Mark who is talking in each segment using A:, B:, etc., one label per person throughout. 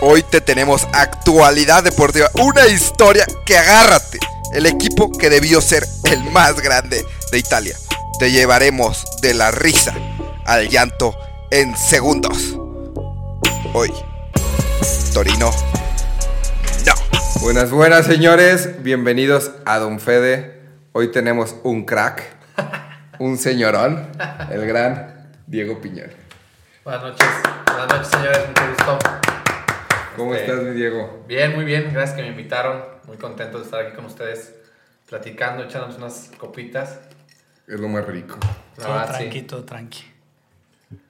A: Hoy te tenemos actualidad deportiva, una historia que agárrate. El equipo que debió ser el más grande de Italia. Te llevaremos de la risa al llanto en segundos. Hoy, Torino, no.
B: Buenas, buenas, señores. Bienvenidos a Don Fede. Hoy tenemos un crack, un señorón, el gran Diego Piñón.
C: Buenas noches, buenas noches señores, mucho gusto.
B: ¿Cómo
C: Este,
B: estás, mi Diego?
C: Bien, muy bien, gracias que me invitaron. Muy contento de estar aquí con ustedes, platicando, echándonos unas copitas.
B: Es lo más rico.
C: La
D: Todo
C: verdad,
D: tranqui,
C: Ah, sí.
D: todo tranqui.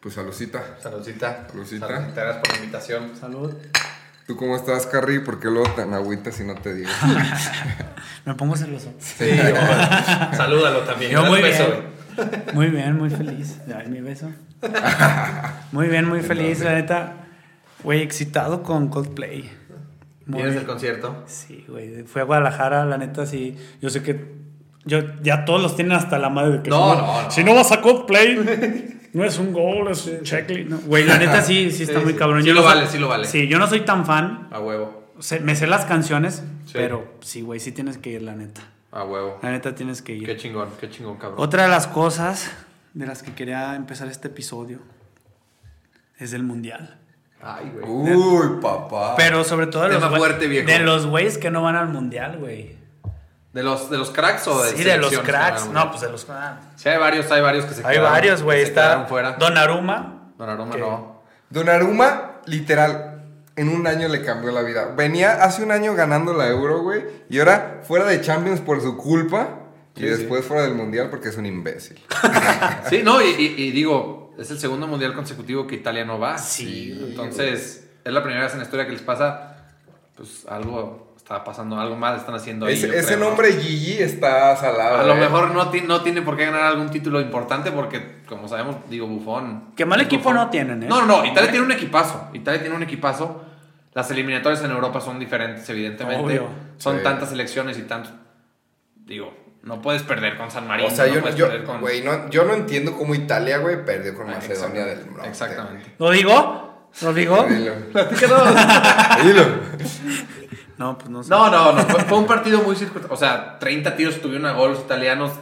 B: Pues saludcita.
C: Saludcita.
B: Saludcita.
C: gracias por la invitación.
D: Salud.
B: ¿Tú cómo estás, Carrie? ¿Por qué luego tan agüitas si no te digo?
D: Me pongo celoso.
C: Sí, ojalá. salúdalo también.
D: Yo
C: Dale
D: muy
C: un beso,
D: bien. Muy bien, muy feliz. Ya ves mi beso. Muy bien, muy feliz, la neta. Güey, excitado con Coldplay.
C: güey.
D: Muy-
C: ¿Vienes del concierto?
D: Sí, güey. Fui a Guadalajara, la neta, sí. Yo sé que. Yo, ya todos los tienen hasta la madre de que.
C: No,
D: si
C: no, no.
D: Si no vas a Coldplay, no es un gol, es un checklist. No, Güey, la neta, sí, sí está
C: Sí,
D: muy
C: sí.
D: cabrón.
C: Sí
D: Yo
C: lo
D: no soy-
C: vale, sí lo vale.
D: Sí, yo no soy tan fan.
C: A huevo,
D: Sé- me sé las canciones,
C: Sí.
D: pero sí, güey, sí tienes que ir, la neta.
C: a huevo.
D: La neta tienes que ir.
C: Qué chingón, qué chingón, cabrón.
D: Otra de las cosas de las que quería empezar este episodio es el mundial.
C: Ay, güey.
B: Uy, papá.
D: Pero sobre todo de los,
C: Ah, Tema
D: güey-
C: fuerte, viejo.
D: de los güeyes que no van al mundial, güey.
C: ¿De los, ¿De los cracks o de
D: Sí, de los
C: selecciones que
D: cracks.
C: ganaron,
D: No,
C: güey?
D: pues de los ah,
C: Sí, hay varios, hay varios que se
D: Hay
C: quedaron-
D: varios, güey.
C: que se
D: Está
C: quedaron fuera. Don,
D: Donnarumma.
C: Aroma
D: que-
C: no.
B: Donnarumma, literal, en un año le cambió la vida. Venía hace un año ganando la Euro, güey, y ahora fuera de Champions por su culpa y
C: Sí, sí.
B: después fuera del Mundial porque es un imbécil.
C: Sí, no, y, y- y digo, es el segundo mundial consecutivo que Italia no va.
D: Sí, güey.
C: Entonces, es la primera vez en la historia que les pasa, pues algo está pasando, algo mal están haciendo ahí.
B: Ese,
C: yo
B: ese
C: creo, ¿no?
B: nombre Gigi está salado.
C: A lo
B: eh.
C: mejor no, ti- no tiene por qué ganar algún título importante porque, como sabemos, digo, Bufón.
D: Qué mal equipo
C: Buffon-
D: no tienen, ¿eh?
C: No, no, no, Italia tiene un equipazo. Italia tiene un equipazo. Las eliminatorias en Europa son diferentes, evidentemente.
D: Obvio.
C: Son
B: Sí.
C: tantas elecciones y tantos. Digo, no puedes perder con San Marino.
B: O sea,
C: no
B: yo,
C: puedes
B: yo,
C: perder con. Ah,
B: güey, no, yo no entiendo cómo Italia, güey, perdió con Macedonia
C: Exactamente,
B: del Norte.
C: Exactamente.
D: ¿Lo digo? ¿Lo digo?
B: Dilo. Dilo.
D: No, pues no sé.
C: No, no, no. Fue, fue un partido muy circunstancial. O sea, 30 tiros tuvieron a goles italianos.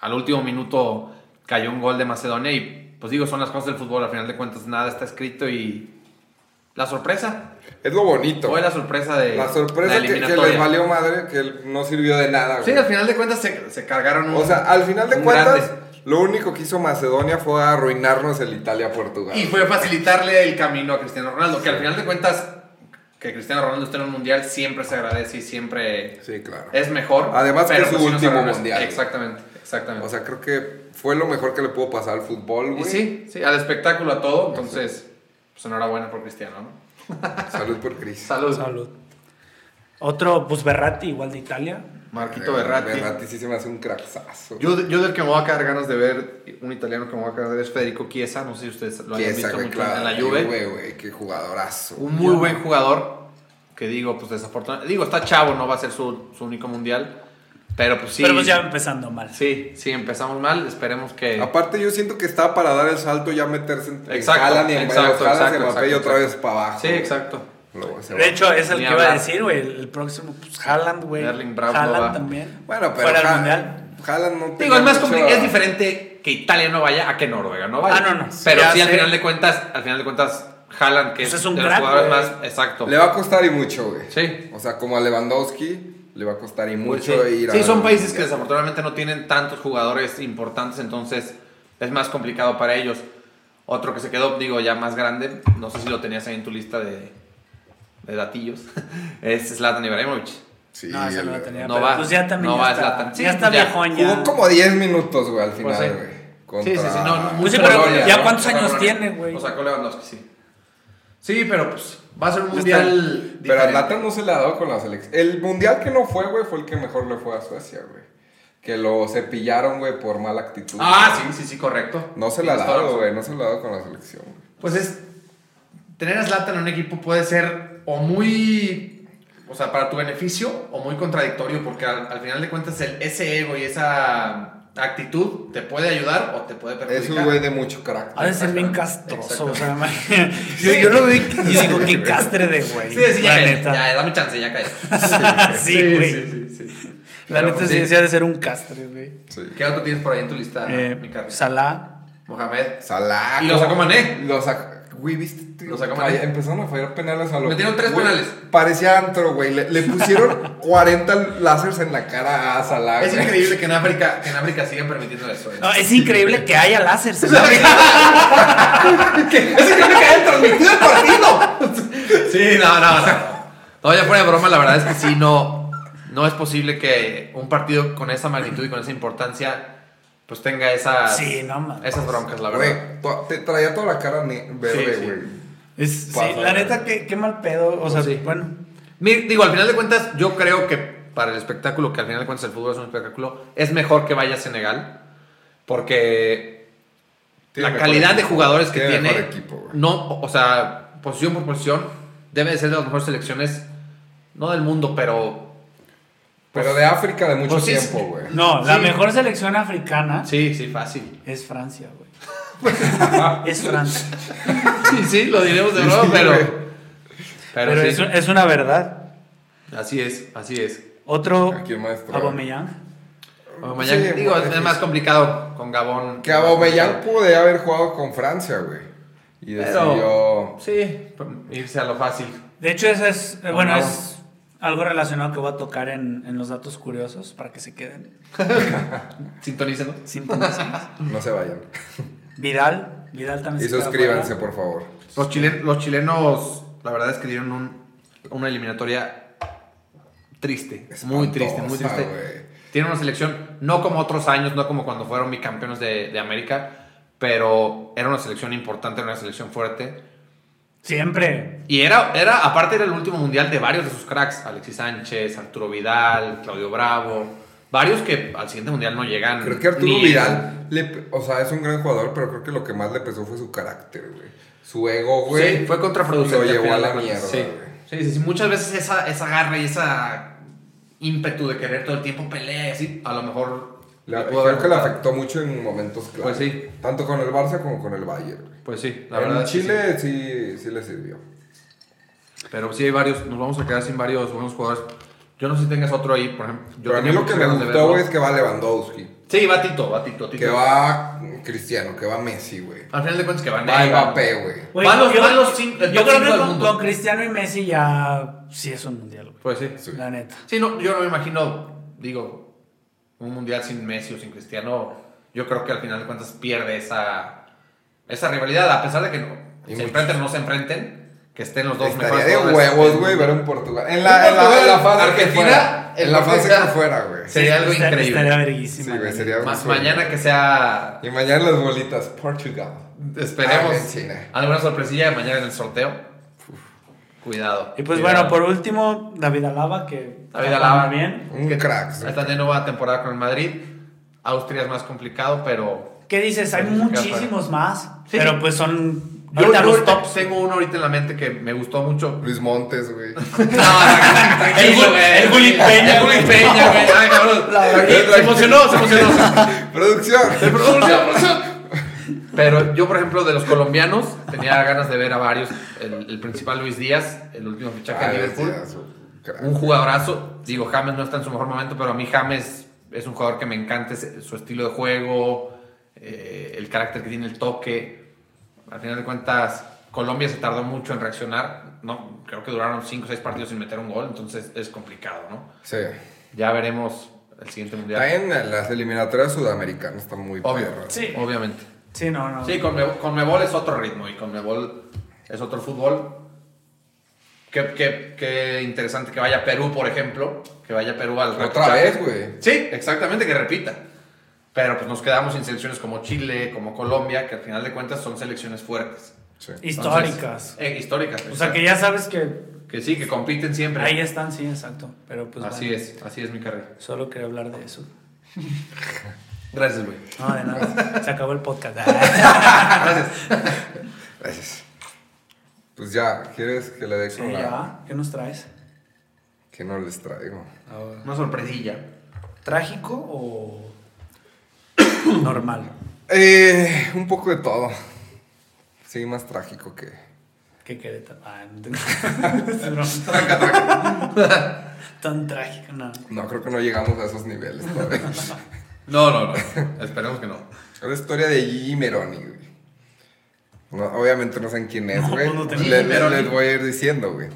C: Al último minuto cayó un gol de Macedonia. Y pues digo, son las cosas del fútbol. Al final de cuentas, nada está escrito. Y la sorpresa.
B: Es lo bonito.
C: Fue la sorpresa de.
B: La sorpresa
C: la
B: que- que,
C: eliminatoria.
B: les valió madre, que no sirvió de nada, güey.
C: Sí, al final de cuentas se, se cargaron un.
B: O sea, al final de
C: un
B: cuentas,
C: grande.
B: lo único que hizo Macedonia fue arruinarnos el Italia-Portugal.
C: Y fue facilitarle el camino a Cristiano Ronaldo. Que al final de cuentas, que Cristiano Ronaldo esté en un mundial siempre se agradece y siempre.
B: Sí, claro.
C: Es mejor.
B: Además que
C: pero
B: es su
C: pues sí nos
B: último
C: agradece.
B: mundial.
C: Exactamente, exactamente.
B: O sea, creo que fue lo mejor que le pudo pasar al fútbol,
C: Y
B: güey.
C: sí, sí, al espectáculo, a todo. Entonces, pues enhorabuena por Cristiano, ¿no?
B: Salud por Cris.
C: Salud.
D: Salud. Otro, pues Berratti, igual de Italia.
C: Marquito Berratti.
B: Berratti sí se me hace un cracksazo.
C: Yo, de- yo del que me voy a quedar ganas de ver, un italiano que me voy a quedar de ver es Federico Chiesa. No sé si ustedes lo hayan
B: Chiesa,
C: visto
B: güey,
C: mucho
B: claro.
C: en la Juve.
B: Juve, güey, qué jugadorazo.
C: Un muy buen jugador. Que digo, pues desafortunadamente. Digo, está chavo, no va a ser su, su único mundial. Pero pues sí.
D: Pero pues ya empezando mal.
C: Sí, sí, empezamos mal. Esperemos que.
B: Aparte, yo siento que estaba para dar el salto ya meterse en
C: Exacto,
B: Haaland y en
C: exacto,
B: los Haaland y
C: exacto,
B: Mbappé y otra
C: exacto.
B: vez para abajo.
C: Sí, exacto.
B: Luego se
D: De
B: va.
D: hecho, es el
C: Ni
D: que iba a
C: hablar.
D: decir, güey. El, el próximo, pues Haaland, güey.
C: Erling Braut no
D: Haaland
C: va.
D: también.
B: bueno, pero
D: Fuera del
B: Ha-
D: mundial.
B: Haaland no
C: Digo,
B: tenía
C: es más
B: mucha-
C: complicado. Es diferente que Italia no vaya a que Noruega no vaya.
D: Ah, no, no.
C: Pero
D: Ya
C: sí, al
D: sé.
C: final de cuentas, al final de cuentas, Haaland, que
D: Pues
C: es
D: es un
C: de
D: crack,
C: los jugadores
D: güey.
C: más. Exacto.
B: Le va a costar y mucho, güey.
C: Sí.
B: O sea, como a Lewandowski, le va a costar y
C: Pues
B: mucho
C: sí.
B: ir a...
C: Sí, son países que desafortunadamente no tienen tantos jugadores importantes, entonces es más complicado para ellos. Otro que se quedó, digo, ya más grande, no sé si lo tenías ahí en tu lista de, de datillos, es Zlatan Ibrahimovic.
B: Sí,
D: No, esa no la
B: el-
D: tenía.
C: No
D: pero
C: va.
D: Pues ya también
C: No
D: ya
C: va
D: está,
C: Zlatan. Sí,
D: ya está
C: ya.
D: viejón ya.
B: Jugó como 10 minutos, güey, al
C: Pues
B: final,
C: sí.
B: güey.
C: Sí, sí, sí, no, no,
D: Pues sí,
C: mucho
D: pero
C: Polonia,
D: ya
C: ¿no?
D: cuántos
C: Sacó
D: años
C: Polonia.
D: tiene, güey.
C: Lo sacó Lewandowski, sí. Sí, pero pues va a ser un
B: Está-
C: mundial
B: Pero a
C: diferente.
B: Zlatan no se le ha dado con la selección. El mundial que no fue, güey, fue el que mejor le fue a Suecia, güey. Que lo cepillaron, güey, por mala actitud.
C: Ah, sí, sí, sí, correcto.
B: No se le ha
C: Tienes toda la
B: dado,
C: razón.
B: güey, no se le ha dado con la selección. güey.
C: Pues es. Tener a Zlatan en un equipo puede ser o muy. O sea, para tu beneficio o muy contradictorio, porque al, al final de cuentas el, ese ego y esa actitud te puede ayudar o te puede perjudicar.
B: Es un güey de mucho carácter.
D: Ha de ser bien
C: Exactamente.
D: castroso, o sea, imagínate. yo, yo lo vi y digo, qué castre de güey.
C: Sí, sí, ya,
D: la
C: cállate,
D: neta.
C: ya, dame chance, ya cállate.
D: sí, güey.
C: sí, sí, sí.
D: La
C: Pero, pues,
D: neta sí,
C: sí.
D: sí ha de ser un castre, güey.
C: ¿Qué otro tienes por ahí en tu lista, Ah, mi
D: Eh,
C: Carlos?
D: Salah.
C: Mohamed.
B: Salah.
C: Y lo sacó Mané.
B: Lo sacó. Güey, viste.
C: Lo sacó
B: Ay,
C: Mané.
B: Empezaron a fallar penales a lo.
C: Metieron tres
B: Güey,
C: penales.
B: Parecía antro, güey. Le, le pusieron 40 láseres en la cara a Salah.
C: Es
B: güey.
C: increíble que en África, que en África sigan permitiendo eso. ¿eh?
D: No, es increíble que haya láseres. en África.
C: ¡Es increíble que hayan transmitido el partido! Sí, no, no, no. No, ya fuera de broma, la verdad es que sí, no. No es posible que un partido con esa magnitud y con esa importancia, pues tenga esas,
D: Sí, no mames.
C: esas broncas, la verdad.
B: Güey, to- te traía toda la cara ne- verde,
C: Sí, sí.
B: güey.
D: Es- sí,
B: Pasa,
D: la
B: güey.
D: neta, qué, qué mal pedo. O sea,
C: sí.
D: bueno.
C: Mi- digo, al final de cuentas, yo creo que para el espectáculo, que al final de cuentas el fútbol es un espectáculo, es mejor que vaya a Senegal. Porque
B: Tiene
C: la
B: mejor
C: calidad de
B: equipo.
C: jugadores que tiene,
B: Mejor equipo, güey.
C: no, o o sea, posición por posición, debe de ser de las mejores selecciones, no del mundo, pero
B: Pero de África de mucho
C: pues sí,
B: tiempo,
C: sí.
B: güey.
D: No, la
C: Sí.
D: mejor selección africana
C: sí, sí, fácil.
D: es Francia, güey. es Francia.
C: Sí, sí, lo diremos de nuevo,
B: Sí,
C: pero,
B: güey.
C: pero,
D: Pero
C: sí,
D: es, es una verdad.
C: así es, así es.
D: Otro
B: Aquí, maestro.
D: Aubameyang.
C: Aubameyang,
B: Sí,
C: digo,
B: muy
C: es
B: difícil.
C: más complicado con Gabón.
B: Que Aubameyang podría haber jugado con Francia, güey. Y
C: Pero,
B: decidió...
C: sí, irse a lo fácil.
D: De hecho, eso es, eh, bueno,
C: Ah,
D: es algo relacionado que voy a tocar en, en los datos curiosos para que se queden
C: Sintonícenos.
D: sin tendencias.
B: No se vayan.
D: Vidal, Vidal también
B: Y
D: se queda
B: suscríbanse,
D: fuera.
B: por favor.
C: Los, chilen- los chilenos, la verdad es que dieron un- una eliminatoria triste, muy triste, muy
B: Espantosa,
C: triste.
B: güey.
C: Tienen una selección, no como otros años, no como cuando fueron bicampeones de, de América, pero era una selección importante, era una selección fuerte.
D: Siempre.
C: Y era, era, aparte era el último mundial de varios de sus cracks, Alexis Sánchez, Arturo Vidal, Claudio Bravo, varios que al siguiente mundial no llegan.
B: Creo que Arturo
C: ni-
B: Vidal, le pe- o sea, es un gran jugador, pero creo que lo que más le pesó fue su carácter, güey. Su ego, güey.
C: Sí, fue contraproducente.
B: Lo
C: al
B: llevó a
C: final
B: la
C: de
B: mierda,
C: cuentas. Sí.
B: güey.
C: Sí, sí, sí, Muchas veces esa, esa garra y esa ímpetu de querer todo el tiempo pelear, así, a lo mejor.
B: La-
C: le pudo haber
B: creo que le
C: costado.
B: afectó mucho en momentos clave.
C: Pues sí.
B: Tanto con el Barça como con el Bayern. güey.
C: Pues sí, la
B: en
C: verdad. sí,
B: Chile sí. sí, le sirvió.
C: sí. Pero sí hay varios, nos vamos a quedar sin varios buenos jugadores. Yo no sé si tengas otro ahí, por ejemplo. Yo
B: pero a mí
C: tenía
B: lo que
C: muchas
B: me
C: ganas de
B: gustó,
C: verlo.
B: güey, es que va Lewandowski.
C: Sí, va Tito, va Tito, Tito.
B: Que va Cristiano, que va Messi, güey.
C: Al final de cuentas que van
B: Va
C: ahí, van.
B: Mbappé, güey.
D: Güey,
C: Van los-
D: yo,
C: van los cinco- el
D: yo
C: top cinco
D: creo que
C: del
D: con,
C: mundo.
D: con Cristiano y Messi ya sí es un mundial, güey.
C: Pues sí.
B: Sí.
D: La neta.
C: Sí, no, yo no me imagino, digo, un mundial sin Messi o sin Cristiano. Yo creo que al final de cuentas pierde esa, esa rivalidad, a pesar de que no,
B: Y
C: se
B: muchos.
C: enfrenten o no se enfrenten, que estén los dos
B: Estaría
C: mejores
B: de
C: jugadores del
B: huevos,
C: mundo.
B: güey, ver en Portugal. En la, en la, en la fase
C: Argentina,
B: que fuera.
C: en
B: En la
C: lo que
B: fase
C: sea.
B: que fuera, güey.
C: Sí. Sería algo
D: Esta-
C: increíble.
D: Estaría verguísima.
B: Sí, güey,
D: la
B: sería
C: Más
B: un sueño.
C: mañana que sea,
B: Y mañana las bolitas, Portugal.
C: esperemos
B: Argentina.
C: alguna sorpresilla de mañana en el sorteo. Cuidado.
D: neta. Y pues
C: cuidado.
D: bueno, por último, David Alaba, que
C: David
D: está
C: Alaba.
D: jugando bien.
B: Un
C: Que-
B: crack.
C: Ahí está de nueva temporada con el Madrid. Austria es más complicado, pero
D: ¿Qué dices? Hay
C: Sí, claro.
D: muchísimos más.
C: Sí.
D: Pero pues son.
C: Yo,
D: ahorita
C: yo
D: los
C: ahorita
D: tops.
C: tengo uno ahorita en la mente que me gustó mucho.
B: Luis Montes, güey.
D: Gul- el Gullit Peña,
C: El Gullit Peña, güey. Ay, cabrón.
D: La verdad.
C: Se emocionó, se emocionó. Se
B: Producción.
C: produce, produce. Pero yo, por ejemplo, de los colombianos, tenía ganas de ver a varios. El, el principal Luis Díaz, el último fichaje de
B: Ay,
C: Liverpool.
B: Ah, sí, un crack.
C: Un jugadorazo. Digo, James no está en su mejor momento, pero a mí James es un jugador que me encanta es- su estilo de juego, eh, el carácter que tiene, el toque. Al final de cuentas, Colombia se tardó mucho en reaccionar. No, creo que duraron 5 o 6 partidos sin meter un gol, entonces es complicado, ¿no?
B: Sí.
C: Ya veremos el siguiente mundial.
B: También las eliminatorias sudamericanas están muy
C: Obvio,
B: perras.
D: Sí.
C: obviamente.
D: Sí, no, no.
C: Sí, Conmebol, Conmebol es otro ritmo y Conmebol es otro fútbol. Qué, qué- qué interesante que vaya Perú, por ejemplo. Que vaya Perú al
B: Otra vez, güey.
C: Sí, exactamente, que repita. Pero pues nos quedamos sin selecciones como Chile, como Colombia, que al final de cuentas son selecciones fuertes.
B: Sí.
C: Entonces,
D: Históricas.
C: eh, históricas.
D: o sea que ya sabes que
C: Que sí, que compiten siempre.
D: ahí están, sí, exacto. Pero pues.
C: así
D: bueno,
C: es, así es mi carrera.
D: Solo quería hablar de eso.
C: Gracias, güey.
D: No, de nada. Se acabó el podcast.
C: Gracias.
B: Gracias. Pues ya, ¿quieres que le dé
D: Sí,
B: con la-
D: ya. ¿Qué nos traes?
B: Que no les traigo.
C: Una sorpresilla.
D: ¿Trágico o.? normal.
B: Eh, un poco de todo. Sí, más trágico que.
D: Que Querétaro. Ah, no tengo- Es broma. Tan trágico, no.
B: No, creo que no llegamos a esos niveles todavía.
C: No, no, no. Esperemos que no.
B: Es la historia de Gigi Meroni, güey. No, obviamente no saben quién es,
D: No,
B: güey.
D: no tenemos
B: Le-
C: ni
B: le-
C: Meroni.
B: les voy a ir diciendo, güey.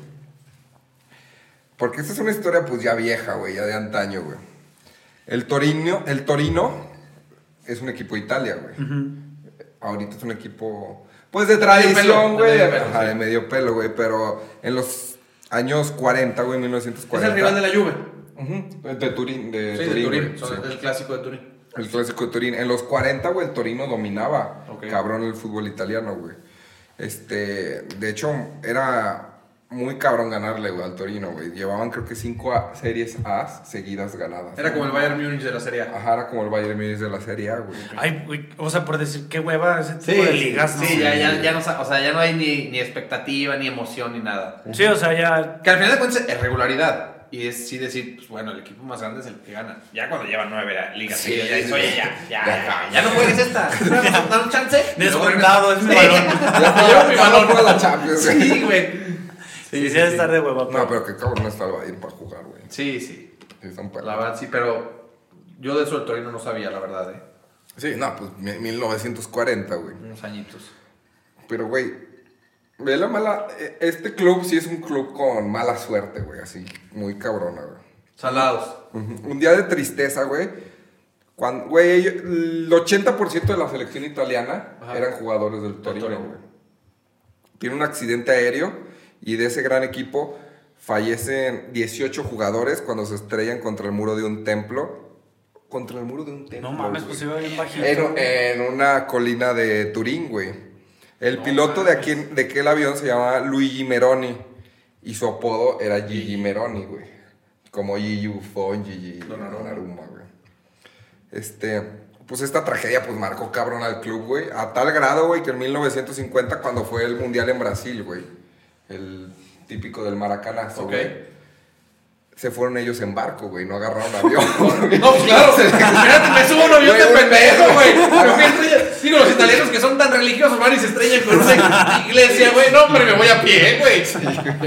B: Porque esta es una historia, pues, ya vieja, güey, ya de antaño, güey. El Torino, el Torino es un equipo de Italia, güey.
C: Mm.
B: Ahorita es un equipo, pues, de tradición,
C: pelo,
B: güey.
C: de medio pelo,
B: Ajá,
C: sí.
B: de medio pelo, güey. Pero en los años 40, güey, 1940.
C: Es el rival de la Juve.
B: Ujú, de Turín, de
C: Sí, de
B: Turín,
C: Turín.
B: güey,
C: son
B: sí.
C: El clásico de Turín.
B: El clásico de Turín. En los 40, güey, el Torino dominaba.
C: Ok.
B: Cabrón el fútbol italiano, güey. Este, de hecho, era muy cabrón ganarle, güey, al Torino, güey. Llevaban creo que cinco a- series A seguidas ganadas.
C: Era como el Bayern Múnich de la Serie A.
B: Ajá, era como el Bayern Munich de la Serie A, güey.
D: Ay, güey, o sea, por decir qué hueva ese tipo de ligas, ¿no?
C: sí, ya, ya, ya no, sa- o sea, ya no hay ni, ni expectativa, ni emoción, ni nada.
D: Sí, o sea, ya.
C: Que al final de cuentas es regularidad. Y es sí decir, pues bueno, el equipo más grande es el que gana. Ya cuando lleva nueve ligas.
B: Sí,
C: Sí, ya dices,
B: sí.
C: oye, ya, ya, ya, ya no juegues esta. Dame un chance. y luego
D: Descontado,
C: regresas.
D: es mi
B: Ya
D: balón.
C: Ah,
B: te llevo mi balón para la Champions, güey.
C: Sí, güey.
D: Sí, sí, debe estar de hueva.
B: No, pero qué cabrón está el Bayern para jugar, güey.
C: Sí, sí.
B: Sí, son perros.
C: La verdad, sí, pero yo de eso del Torino no sabía, la verdad, ¿eh?
B: Sí, no, pues mi- 1940, güey.
C: Unos añitos.
B: Pero, güey, ve la mala. e- Este club sí es un club con mala suerte, güey. Así, muy cabrona, güey.
C: Salados.
B: Ujú. Un día de tristeza, güey. Cuando, güey, ellos- el 80% de la selección italiana
C: Ajá.
B: eran jugadores del Torino,
C: Torino.
B: güey. Tiene un accidente aéreo y de ese gran equipo fallecen 18 jugadores cuando se estrellan contra el muro de un templo. Contra el muro de un templo.
D: No mames,
B: güey.
D: pues iba bien bajito.
C: eh,
B: En, en una colina de Turín, güey. El
C: No
B: piloto de,
C: mames.
B: aquí, de aquel avión se llamaba Luigi Meroni. Y su apodo era Gigi Meroni, güey. Como Gigi Buffon, Gigi
C: Donnarumma.
B: Donnarumma, güey. Este, pues esta tragedia pues marcó cabrón al club, güey. A tal grado, güey, que en 1950, cuando fue el Mundial en Brasil, güey. El típico del maracanazo,
C: Ok.
B: güey. Se fueron ellos en barco, güey. No agarraron avión. güey.
C: No, claro, se- espérate, me subo un avión de
B: Güey, un
C: pendejo, güey. Pero qué estrella- Digo, los italianos que son tan religiosos van y se estrellan con una iglesia, güey. No, hombre, me voy a pie, güey.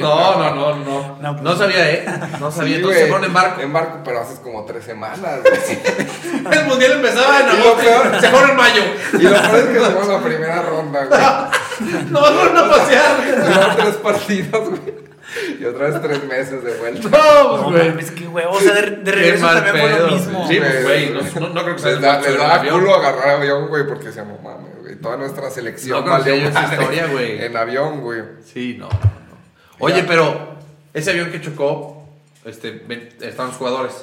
C: No, no, no, no.
D: No, pues-
C: No sabía, ¿eh? No sabía.
B: Sí,
C: Entonces se
B: güey.
C: fueron en barco.
B: En barco, pero haces como tres semanas. güey.
C: El mundial empezaba en
B: Y lo
C: agosto.
B: peor-
C: Se fueron en mayo.
B: y lo peor es que se fue la primera ronda, güey.
C: No, fueron a pasear.
B: Fueron tres partidos, güey. Y otra vez tres meses de vuelta.
C: No,
D: No
C: pues, güey.
D: mames, qué hueva. O sea, de, de regreso también fue lo mismo.
C: Sí,
B: güey.
C: pues, güey. No, no- no creo que sea
B: Les, da, les daba culo agarrar avión, güey, porque decíamos, mames, güey. Toda nuestra selección
C: No conocía yo esa
B: madre
C: historia, güey.
B: En avión, güey.
C: Sí, no, no, no. Oye,
B: Ya.
C: pero ese avión que chocó, este, ven- estaban los jugadores.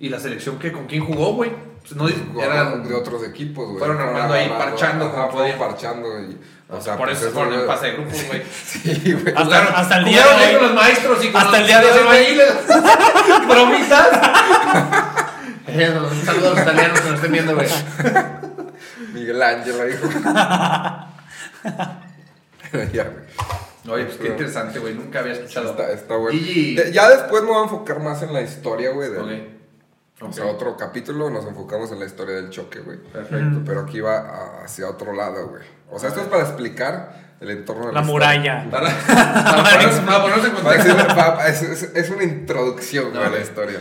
C: ¿Y la selección que con quién jugó, güey? Pues no dice- eran-
B: Eran de otros equipos, güey.
C: fueron armando ahí,
B: agarrando,
C: parchando
B: ajá,
C: como
B: fueron
C: podían.
B: parchando. Y, o sea,
C: por
B: pues
C: eso se fueron en
B: güey.
C: pase de grupos, güey.
B: Sí, güey.
D: Hasta-
C: Jugaron-
D: hasta el día
C: jugaron
D: de
C: ahí
D: hoy.
C: con los maestros y con
D: Hasta
C: los,
D: el día de
C: los
D: hoy.
C: albañiles. ¡Bromitas! Eh, Un saludo a los italianos que nos estén viendo, güey.
B: Miguel Ángel, ahí, güey. Ya, güey.
C: Oye, pues qué interesante, güey. Nunca había escuchado.
B: Está, está bueno.
C: Gigi.
B: De- ya después me voy a enfocar más en la historia, güey. del-
C: Ok.
B: O
C: Ok.
B: sea, otro capítulo nos enfocamos en la historia del choque, güey.
C: Perfecto.
B: Pero aquí va a- hacia otro lado, güey. O sea, esto es para explicar el entorno de
D: La muralla.
C: Para, para, ponernos- para ponernos en
B: Para
C: contexto.
B: decir- pa- pa- es, es- es una introducción güey, a la
C: Ok.
B: historia.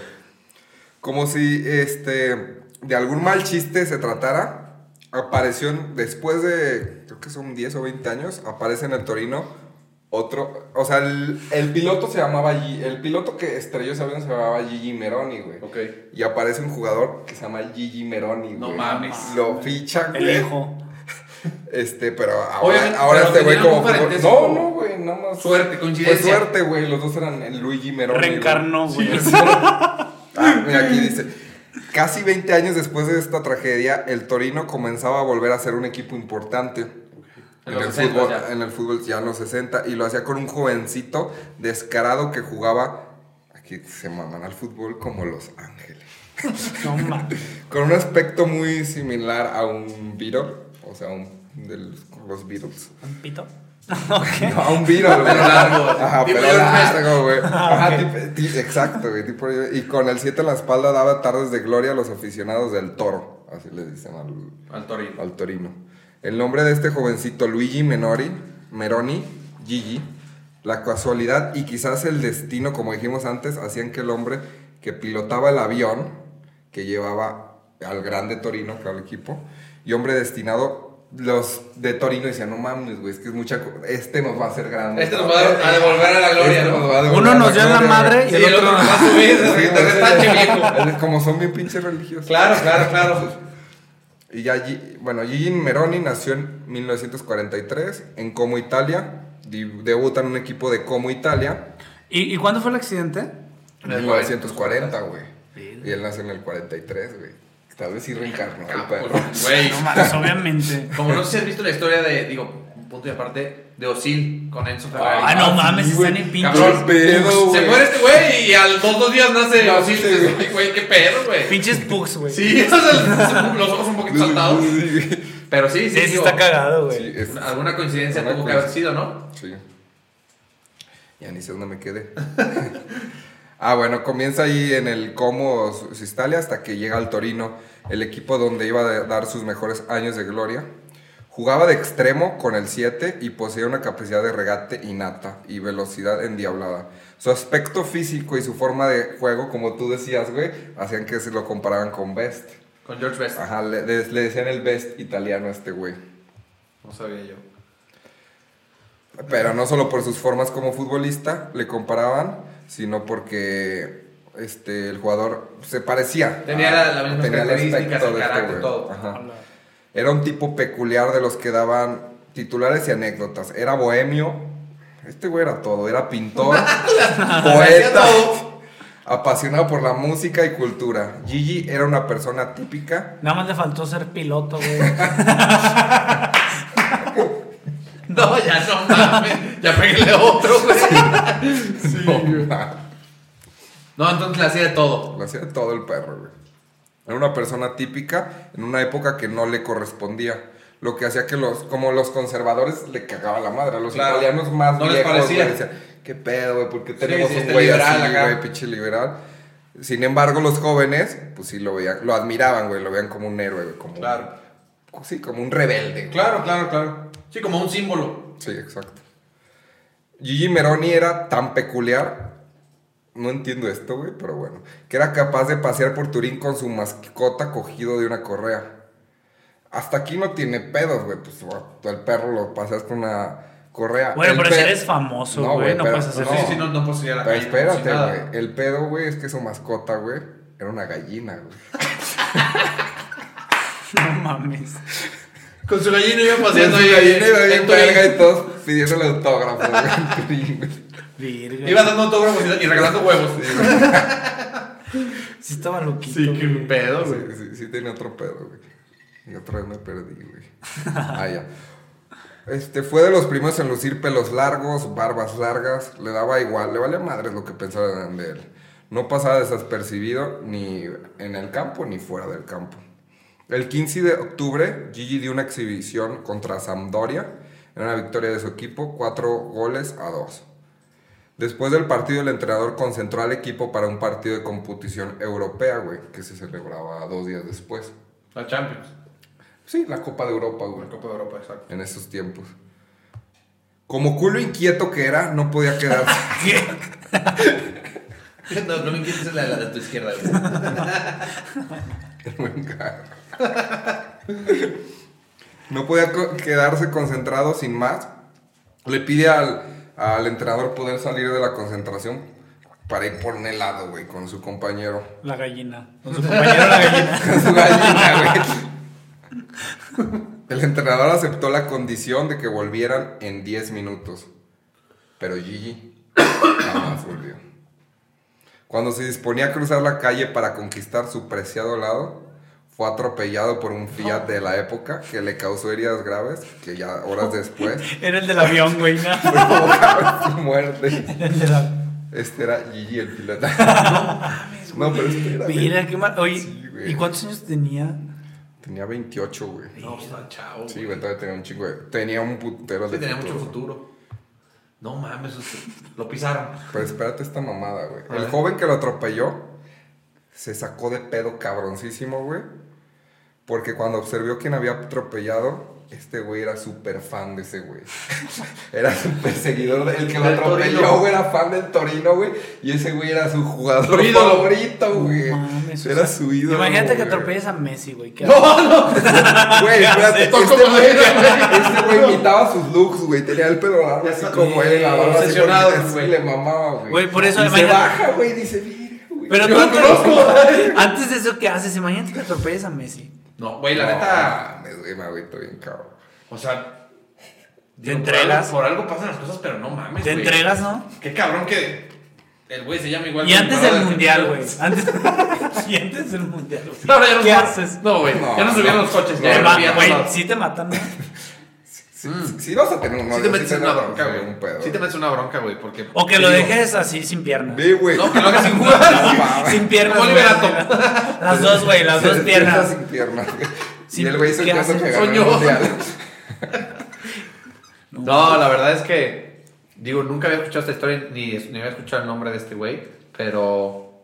B: Como si este de algún mal chiste se tratara, apareció en- después de, creo que son 10 o 20 años, aparece en el Torino otro, o sea, el, el piloto se llamaba, Gi- el piloto que estrelló ese avión se llamaba Gigi Meroni, güey.
C: Ok.
B: Y aparece un jugador que se llama Gigi Meroni,
C: No
B: güey.
C: mames.
B: Lo ficha,
D: El
B: güey.
D: hijo.
B: Este, pero ahora,
C: Obviamente,
B: ahora
C: pero
B: este güey
C: tenían
B: como...
C: algún
B: jugó-
C: parentesco.
B: No, no, güey, no, no.
C: Suerte, coincidencia.
B: Fue suerte, güey. Los dos eran el Luigi Meroni. güey.
D: Reencarnó, güey.
B: Ah, mira, aquí dice. Casi 20 años después de esta tragedia, el Torino comenzaba a volver a ser un equipo importante.
C: En
B: En,
C: los
B: el
C: 60
B: fútbol,
C: ya.
B: en el fútbol ya en los 60 y lo hacía con un jovencito descarado que jugaba, aquí se maman al fútbol como Los Ángeles,
D: No mames.
B: con un aspecto muy similar a un Beatle, o sea, un, de los, los Beatles.
D: ¿Un pito?
B: No, a un vino, güey.
C: Pelo largo.
B: Ajá,
C: Tipo
B: pelo
C: John
B: largo, güey. Ajá,
D: ok.
B: tipo- ti- exacto, güey. tipo- y con el 7 en la espalda daba tardes de gloria a los aficionados del toro. así le dicen al,
C: Al Torino.
B: al Torino. El nombre de este jovencito, Luigi Menori, Meroni, Gigi, la casualidad y quizás el destino, como dijimos antes, hacían que el hombre que pilotaba el avión que llevaba al grande Torino, que era el equipo, y hombre destinado, los de Torino decían, no mames, güey, es que es mucha... co- Este nos va a hacer grande.
C: Este nos va a devolver a la gloria,
B: Este
C: ¿no?
B: nos va a devolver
D: Uno
B: a
D: nos dio en la
B: gloria, güey".
D: madre
C: Y el otro nos va a subir.
B: Sí,
C: Te
B: Este
C: retache, viejo.
B: Es Como son bien pinches religiosos.
C: Claro, claro, claro.
B: Y ya, Gi- bueno, Gigi Meroni nació en 1943 en Como, Italia. Di- Debuta en un equipo de Como, Italia.
D: ¿Y, y cuándo fue el accidente?
B: En 1940, güey. Y él nació en el 43, güey. Tal vez sí reencarnó el perro.
C: Ah, pues, Güey.
D: No mames, obviamente.
C: Como no sé si has visto la historia de, digo, un punto y aparte, de Osil con Enzo Ferrari.
D: Ah, no mames,
B: sí, güey.
D: están en
C: Cabrón.
D: pinches,
B: Qué pedo,
C: Se
B: güey.
C: muere este güey y al dos, dos días nace
B: No,
C: Osil.
B: sí,
C: Dices,
B: güey.
C: Güey, qué pedo, güey.
D: pinches pugs, güey. Sí,
C: Sí, esos son los ojos un poquito saltados. Pero sí, sí.
D: sí,
C: digo,
D: está cagado, güey.
B: Sí, es-
C: Alguna coincidencia
B: Alguna
C: tuvo que haber sido, ¿no?
B: Sí. Ya ni sé dónde me quedé. ah, bueno, comienza ahí en el Como Sistalia hasta que llega al Torino, el equipo donde iba a dar sus mejores años de gloria. Jugaba de extremo con el 7 y poseía una capacidad de regate innata y velocidad endiablada. Su aspecto físico y su forma de juego, como tú decías, güey, hacían que se lo comparaban con Best.
C: Con George Best.
B: Ajá, le, le decían el Best italiano a este güey.
C: No sabía yo.
B: Pero no solo por sus formas como futbolista le comparaban, sino porque este, el jugador se parecía.
C: Tenía
B: a-
C: la- las mismas
B: tenía el
C: características,
B: aspecto
C: el
B: de este
C: carácter,
B: güey.
C: todo.
B: Ajá.
D: Hola.
B: Era un tipo peculiar de los que daban titulares y anécdotas. Era bohemio. Este güey era todo. Era pintor,
C: Hacía
B: poeta,
C: todo.
B: apasionado por la música y cultura. Gigi era una persona típica.
D: Nada más le faltó ser piloto, güey.
C: No, ya no mames. Ya peguéle otro, güey. No, entonces la hacía de todo.
B: Lo hacía todo el perro, güey. Era una persona típica en una época que no le correspondía. Lo que hacía que los, como los conservadores le cagaba la madre. A los
C: Claro.
B: italianos más
C: No les
B: viejos,
C: parecía.
B: güey, decían, ¿qué pedo, güey? ¿Por qué
C: Sí,
B: tenemos
C: sí,
B: un
C: este
B: güey
C: liberal
B: así,
C: acá".
B: güey, pinche liberal? Sin embargo, los jóvenes, pues sí lo veían, lo admiraban, güey, lo veían como un héroe, güey, como un-
C: Claro.
B: sí, como un rebelde. güey.
C: Claro, claro, claro. Sí, como un símbolo.
B: Sí, exacto. Gigi Meroni era tan peculiar, no entiendo esto, güey, pero bueno, que era capaz de pasear por Turín con su mascota cogido de una correa. Hasta aquí no tiene pedos, güey, pues tú al perro lo paseas con una correa.
D: Bueno,
B: El
D: pero si
B: pe-
D: eres famoso,
B: No,
D: güey,
B: güey,
D: no
B: pero-
D: puedes hacer
B: no.
C: Sí,
D: eso.
C: sí, no, no puedo seguir a la
B: Pero
C: calle como si
B: espérate,
C: nada.
B: güey, el pedo, güey, es que su mascota, güey, era una gallina, güey.
D: No mames.
C: Con su gallina iba paseando
B: Su
C: ahí.
B: gallina iba
C: en
B: bien
C: Turín.
B: verga y todos pidiéndole autógrafos, güey, en Turín, güey.
D: Virga.
C: Iba dando autógrafos y y regalando huevos.
D: Sí estaba loquito.
C: Sí, qué
D: güey.
C: pedo,
B: Sí,
C: güey.
B: sí, sí tenía otro pedo, güey. Y otra vez me perdí, güey. Ah, ya. Este, fue de los primeros en lucir pelos largos, barbas largas, le daba igual, le valía madres lo que pensaran de él. No pasaba desapercibido ni en el campo ni fuera del campo. El 15 de octubre, Gigi dio una exhibición contra Sampdoria en una victoria de su equipo, cuatro goles a dos. Después del partido, el entrenador concentró al equipo para un partido de competición europea, güey, que se celebraba dos días después.
C: La Champions.
B: Sí, la Copa de Europa, güey,
C: La Copa de Europa, exacto.
B: en esos tiempos. Como culo inquieto que era, no podía quedarse.
C: No, no me quites la, la de tu izquierda, güey.
B: El buen carro. No podía co- quedarse concentrado sin más. Le pide al, al entrenador poder salir de la concentración para ir por un helado, güey, con su compañero.
D: La gallina. Con su compañero la gallina.
B: Con su gallina, güey. El entrenador aceptó la condición de que volvieran en 10 minutos. Pero Gigi jamás volvió. Cuando se disponía a cruzar la calle para conquistar su preciado lado, fue atropellado por un Fiat de la época que le causó heridas graves, que ya horas después
D: Era el del avión, güey. ¿no?
B: provocaron su muerte.
D: Era el del avión.
B: Este era Gigi el piloto. No, pero espera.
D: Mira, qué mal. Oye,
B: Sí, güey.
D: ¿y cuántos años tenía?
B: Tenía 28, güey.
C: No, está chavo.
B: Sí, güey, todavía tenía un chingo de... Tenía un putero
C: Sí,
B: de
C: tenía mucho
B: futuro.
C: futuro. No mames, o sea, lo pisaron.
B: Pero espérate esta mamada, güey.
C: A
B: El
C: ver.
B: joven que lo atropelló se sacó de pedo cabroncísimo, güey. Porque cuando observó quién había atropellado, este güey era súper fan de ese güey. era súper seguidor del que lo
C: Del Torino.
B: atropelló, güey. Era fan del Torino, güey. Y ese güey era su jugador
C: Su ídolo.
B: favorito, güey.
D: Mames, o
B: era
D: sea,
B: su ídolo.
D: Imagínate que
B: güey.
D: atropelles a Messi, güey. ¿qué haces?
C: No, no.
B: Güey, espérate,
C: sé.
B: este güey, este güey imitaba sus looks, güey. Tenía el pelo largo así
C: Está
B: como él, la barba así
C: obsesionado,
B: así
C: güey.
B: le mamaba, güey.
D: Güey, por eso
B: y se
D: imagínate-
B: baja, güey, dice, "Mira, güey".
D: Pero
B: Yo
D: tú
B: lo conozco.
D: antes, antes de eso, ¿qué haces? Imagínate que atropelles a Messi.
C: No, güey, la
B: La
C: neta.
B: neta, me, me agüito bien, cabrón.
C: O sea.
D: Te
C: digo, por
D: entregas.
C: algo- Por algo, pasan las cosas, pero no mames.
D: Te
C: güey.
D: entregas, ¿no?
C: Qué cabrón que. El güey se llama igual.
D: Y
C: que mi
D: antes
C: brother
D: del
C: que-
D: mundial, güey. Antes, y antes del mundial, güey.
C: No, ahora ya no
D: ¿Qué
C: sub-
D: haces?
C: No, güey.
B: No,
C: ya no subieron los coches.
D: Te
C: ya
D: ma-
C: subían
D: güey,
C: todos.
D: sí te matan, ¿no?
B: Sí, sí vas a tener un
C: Mm. Sí
B: novio,
C: te metes en
B: tienes
C: una
B: razón,
C: bronca,
B: güey,
C: güey.
B: un pedo.
C: Sí te metes en una bronca, güey. Porque.
D: O que lo
C: digo,
D: dejes así sin piernas.
B: Ve, güey.
C: No, que lo hagas sin jugar.
B: mames.
D: Sin piernas.
C: Como
D: güey.
C: Liberato.
D: Las dos, güey, las
B: Se
D: dos
B: despierta
D: piernas.
B: sin piernas, güey.
D: Sí,
B: y el güey hizo
D: ¿qué
B: caso
D: hace?
B: que ganó el
C: Soñó.
B: mundial.
C: No, la verdad es que. Digo, nunca había escuchado esta historia ni, ni había escuchado el nombre de este güey. Pero.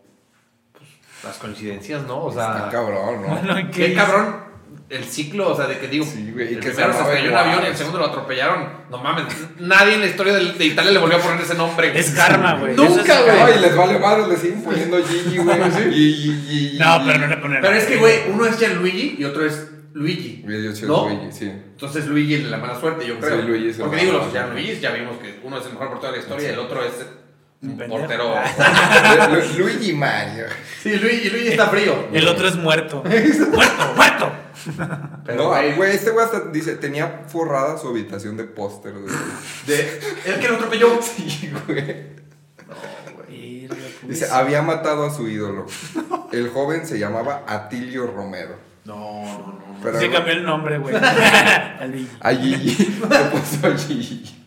C: pues, las coincidencias, ¿no? O sea.
B: Está cabrón, ¿no?
D: Bueno,
C: Qué
D: hizo?
C: cabrón el ciclo, o sea, de que digo,
B: Sí, güey, y
C: el
B: que se
C: primero se
B: armaba
C: cayó un
B: igual.
C: avión y el segundo lo atropellaron. No mames, nadie en la historia del- de Italia le volvió a poner ese nombre. güey.
D: Es karma, güey.
C: Nunca,
D: Eso es
C: güey.
D: karma.
B: No, y les vale madre, le siguen poniendo Gigi, güey. Y- y- y-
D: No,
B: y-
D: pero no le ponen.
C: Pero es que, güey, uno es Gianluigi y otro es Luigi.
B: Hubiera yo sido
C: ¿no?
B: Luigi, sí.
C: Entonces Luigi es la mala suerte, yo
B: Sí,
C: creo.
B: Luigi es el
C: Porque
B: malo.
C: digo, los Gianluigi ya vimos que uno es el mejor portero de la historia y el otro es un
D: Pendejo.
C: portero.
B: Lu- Lu- Luigi Mario.
C: sí, Luigi, Luigi está frío.
D: El otro es muerto. muerto, muerto.
C: Pero,
B: no,
C: güey,
B: güey, este güey hasta dice, tenía forrada su habitación de póster. güey.
C: de- el que lo atropelló.
B: Sí, güey.
D: Verga, pues.
B: Dice, había matado a su ídolo. El joven se llamaba Atilio Romero.
C: No, no, no.
B: Pero
D: Se cambió el nombre, güey. Al Gigi.
B: a Gigi. Le puso Gigi.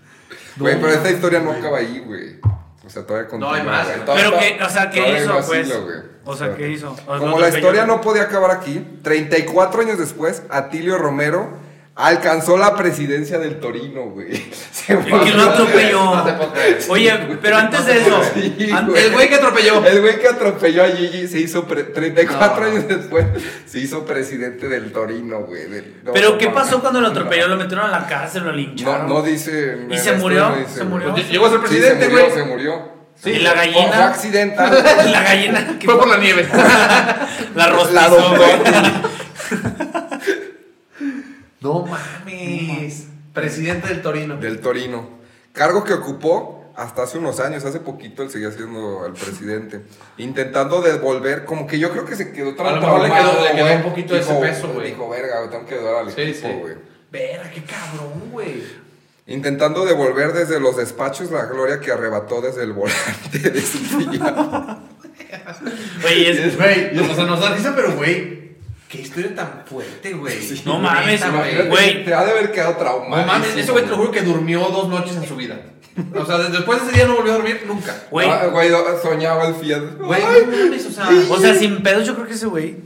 B: Güey, pero esta historia no acaba ahí, güey. O sea, todavía continúa.
C: hay más,
B: güey.
C: ¿no?
B: Todavía-
D: Pero que, o
B: todavía
D: sea, ¿qué
B: hay
D: hizo,
B: más
D: pues?
B: hilo, güey.
D: O sea, ¿qué hizo?
B: Como la historia no podía acabar aquí, 34 años después, Atilio Romero alcanzó la presidencia del Torino, güey. Se
D: El que
B: volvió-
D: lo atropelló.
C: No te puedo creer.
D: Oye, pero antes de eso.
B: Sí,
D: an-
B: güey.
C: El güey que atropelló.
B: El güey que atropelló a Gigi se hizo pre- 34
C: No.
B: años después, se hizo presidente del Torino, güey. del- no,
D: Pero ¿qué
B: no,
D: pasó cuando lo
B: no.
D: atropelló? Lo metieron a la cárcel, lo
B: No,
D: lincharon.
B: no dice. en
D: ¿Y
B: la
D: se
B: historia
D: murió?
B: no dice,
D: ¿Se
B: güey.
D: murió?
B: Sí,
C: Pues Llegó a ser presidente,
B: se
C: güey.
B: murió, se murió.
D: ¿Y la gallina?
B: Fue accidental.
D: La gallina que
C: Fue por la nieve.
D: la rostizó,
B: La dobló.
D: güey.
C: No mames. Presidente del Torino.
B: del Torino. Cargo que ocupó hasta hace unos años, hace poquito él seguía siendo el presidente. Intentando devolver, como que yo creo que se quedó
C: A lo mejor le
B: traumado,
C: quedó- le quedó
B: güey.
C: un poquito de ese
B: Dijo-
C: peso, güey.
B: Dijo, verga, güey, tengo que ayudar al
C: Sí,
B: equipo,
C: sí.
B: güey.
C: Vera, qué cabrón, güey.
B: Intentando devolver desde los despachos la gloria que arrebató desde el volante de su silla.
D: Oye, es-
C: Güey, o sea, nos da risa, pero güey. Qué historia tan fuerte, güey.
D: No mames,
C: Neta,
D: imagínate.
C: güey.
D: Güey.
B: Te ha de haber quedado traumado.
C: No mames, ese güey te lo juro que durmió dos noches en su vida. O sea, desde- después de ese día no volvió a dormir nunca.
D: Güey,
B: Ah, Güey, soñaba el Fiat.
C: Güey,
B: Ay,
C: no mames, o sea.
D: o sea, sin pedos, yo creo que ese güey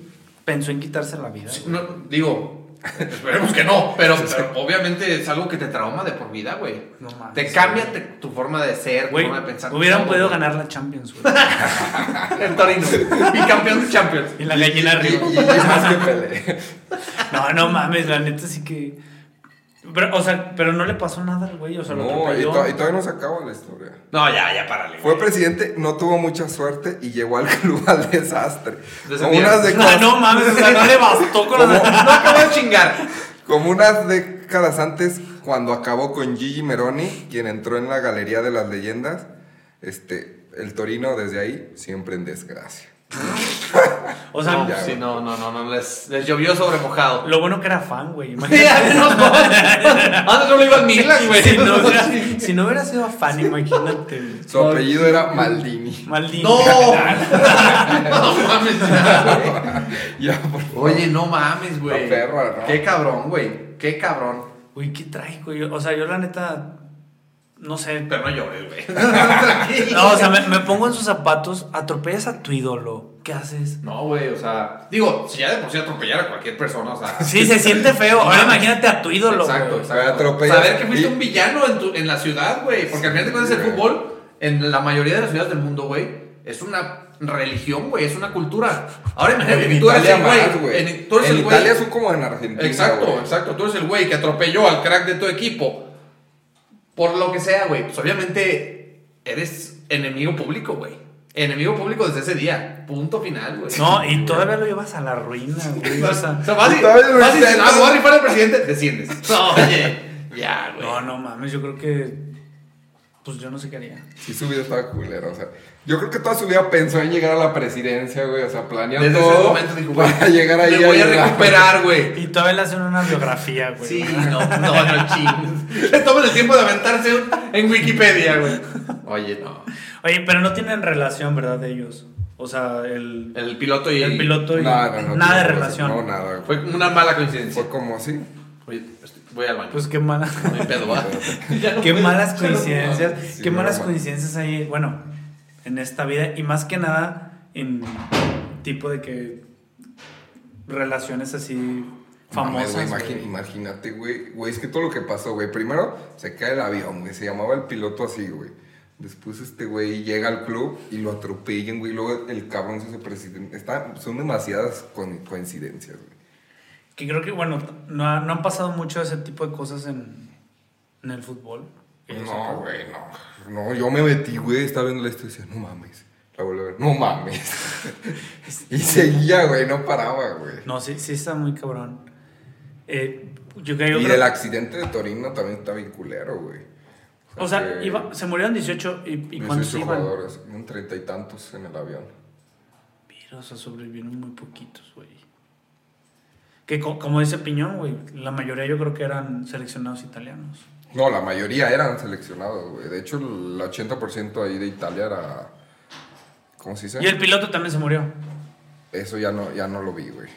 D: pensó en quitarse la vida. güey.
C: no, digo, esperemos que no, pero, pero obviamente es algo que te trauma de por vida, güey.
D: No mames.
C: Te cambia te- tu forma de ser, tu
D: Güey,
C: forma de pensar.
D: hubieran
C: todo,
D: podido
C: güey.
D: ganar la Champions, güey.
C: El Torino. Y campeón de Champions.
D: Y la gallina arriba.
B: Y, y más que pele.
D: No, no mames, la neta sí que. Pero, o sea, pero no le pasó nada al güey, o sea, lo
B: No, y,
D: atropelló.
B: to- y todavía no se acaba la historia.
C: No, ya, ya, párale.
B: Fue
C: güey.
B: presidente, no tuvo mucha suerte y llegó al club al desastre.
C: Desde
B: Como
C: el día.
B: unas,
D: No,
B: décadas,
D: Ah, no mames, o sea, no le bastó con
B: ¿Cómo?
D: la.
C: No acabó de chingar.
B: como unas décadas antes, cuando acabó con Gigi Meroni, quien entró en la Galería de las Leyendas, este, el Torino desde ahí siempre en desgracia.
D: O sea,
C: no,
B: ya,
C: sí,
B: güey.
C: no, no, no, no, les, les llovió sobre mojado.
D: lo bueno que era fan, güey.
C: Sí,
D: Imagínate.
C: antes no, antes no lo iba al Milan, güey.
D: Si no,
C: No,
D: hubiera, si no hubiera sido fan, imagínate. güey.
B: Su apellido era Maldini.
D: Maldito.
C: no mames. ya,
B: Ya, por favor.
C: güey. Oye, no mames, güey.
B: Está perra, ¿no?
C: Qué cabrón, güey. Qué cabrón.
D: Uy, qué trágico. yo- o sea, yo la neta. No sé.
C: Pero no llores, güey.
D: No, o sea, me, me pongo en sus zapatos, atropellas a tu ídolo. ¿Qué haces?
C: No, güey, o sea, digo, si ya de por sí atropellar a cualquier persona, o sea,
D: Sí, se siente feo. Ahora imagínate a tu ídolo.
C: Exacto,
D: güey.
B: Me
C: exacto.
B: atropellas.
C: Saber que fuiste
B: Y-
C: un villano en, tu- en la ciudad, güey. Porque al final de cuentas el
B: güey.
C: fútbol, en la mayoría de las ciudades del mundo, güey, es una, religión, güey, es una cultura. Ahora imagínate
B: En
C: que tú eres
B: Italia
C: el
B: más,
C: güey.
B: güey.
C: En- Tú eres
B: En
C: el güey.
B: Italia son como en Argentina.
C: Exacto,
B: güey.
C: exacto. Tú eres el güey que atropelló al crack de tu equipo. Por lo que sea, güey. Pues obviamente eres enemigo público, güey. Enemigo público desde ese día. Punto final, güey.
D: No, y todavía lo llevas a la ruina, güey.
C: O
D: o
C: sea,
D: sea,
C: vas y,
B: Todavía lo
C: vas y dices,
B: intentas.
C: ah, me voy a rifar al presidente. Desciendes. No, oye. Ya, güey.
D: no, no mames, yo creo que. Pues yo no sé qué haría.
B: Sí, su vida estaba culera, o sea. Yo creo que toda su vida pensó en llegar a la presidencia, güey. O sea, planeando
C: Desde
B: todo
C: ese momento dijo, güey.
B: para llegar ahí.
C: Me voy a
B: llegar.
C: recuperar, güey.
D: Y todavía le hacen una biografía, güey.
C: Sí, no, no, no chingues. Le toman el tiempo de aventarse un- en Wikipedia, güey. Oye, no.
D: Oye, pero no tienen relación, ¿verdad? De ellos. O sea, el,
C: El piloto y
D: el piloto y
B: No, no, no,
D: nada de
B: no,
D: relación.
B: No, nada, güey.
C: Fue una mala coincidencia.
B: Fue como así.
C: Oye, estoy- voy al baño.
D: Pues qué malas,
C: No hay pedo, ¿va? Ya no
D: qué
C: puedo,
D: malas
C: ya no puedo.
D: coincidencias,
B: sí,
D: qué
B: no,
D: malas
B: no.
D: coincidencias hay, bueno, en esta vida y más que nada en tipo de que relaciones así
B: Mames, güey,
D: famosas.
B: imagi-
D: güey.
B: Imagínate, güey. Güey, es que todo lo que pasó, güey. Primero se cae el avión, güey. Se llamaba el piloto así, güey. Después este güey llega al club y lo atropellan, güey. Luego el cabrón se hace presidente. Está- son demasiadas con- coincidencias, güey.
D: Que creo que bueno, no, ha- no han pasado mucho ese tipo de cosas en, en el fútbol.
B: Eh, No, güey, no. No, yo me metí, güey, estaba viendo la historia y decía, no mames. La volví a ver, no mames. y seguía, güey, no paraba, güey.
D: No, sí, sí está muy cabrón. Eh, yo creo
B: Y
D: creo-
B: del accidente de Torino también está bien culero, güey.
D: O sea,
B: que
D: iba- se murieron 18 y, y
B: 18
D: cuántos iban.
B: jugadores, un treinta y tantos en el avión.
D: Mira, o sea, sobrevivieron muy poquitos, güey. Que co- como dice Piñón, güey, la mayoría yo creo que eran seleccionados italianos.
B: No, la mayoría eran seleccionados, güey. De hecho, el 80% ahí de Italia era... ¿Cómo se dice?
D: Y el piloto también se murió.
B: Eso ya no, ya no lo vi, güey.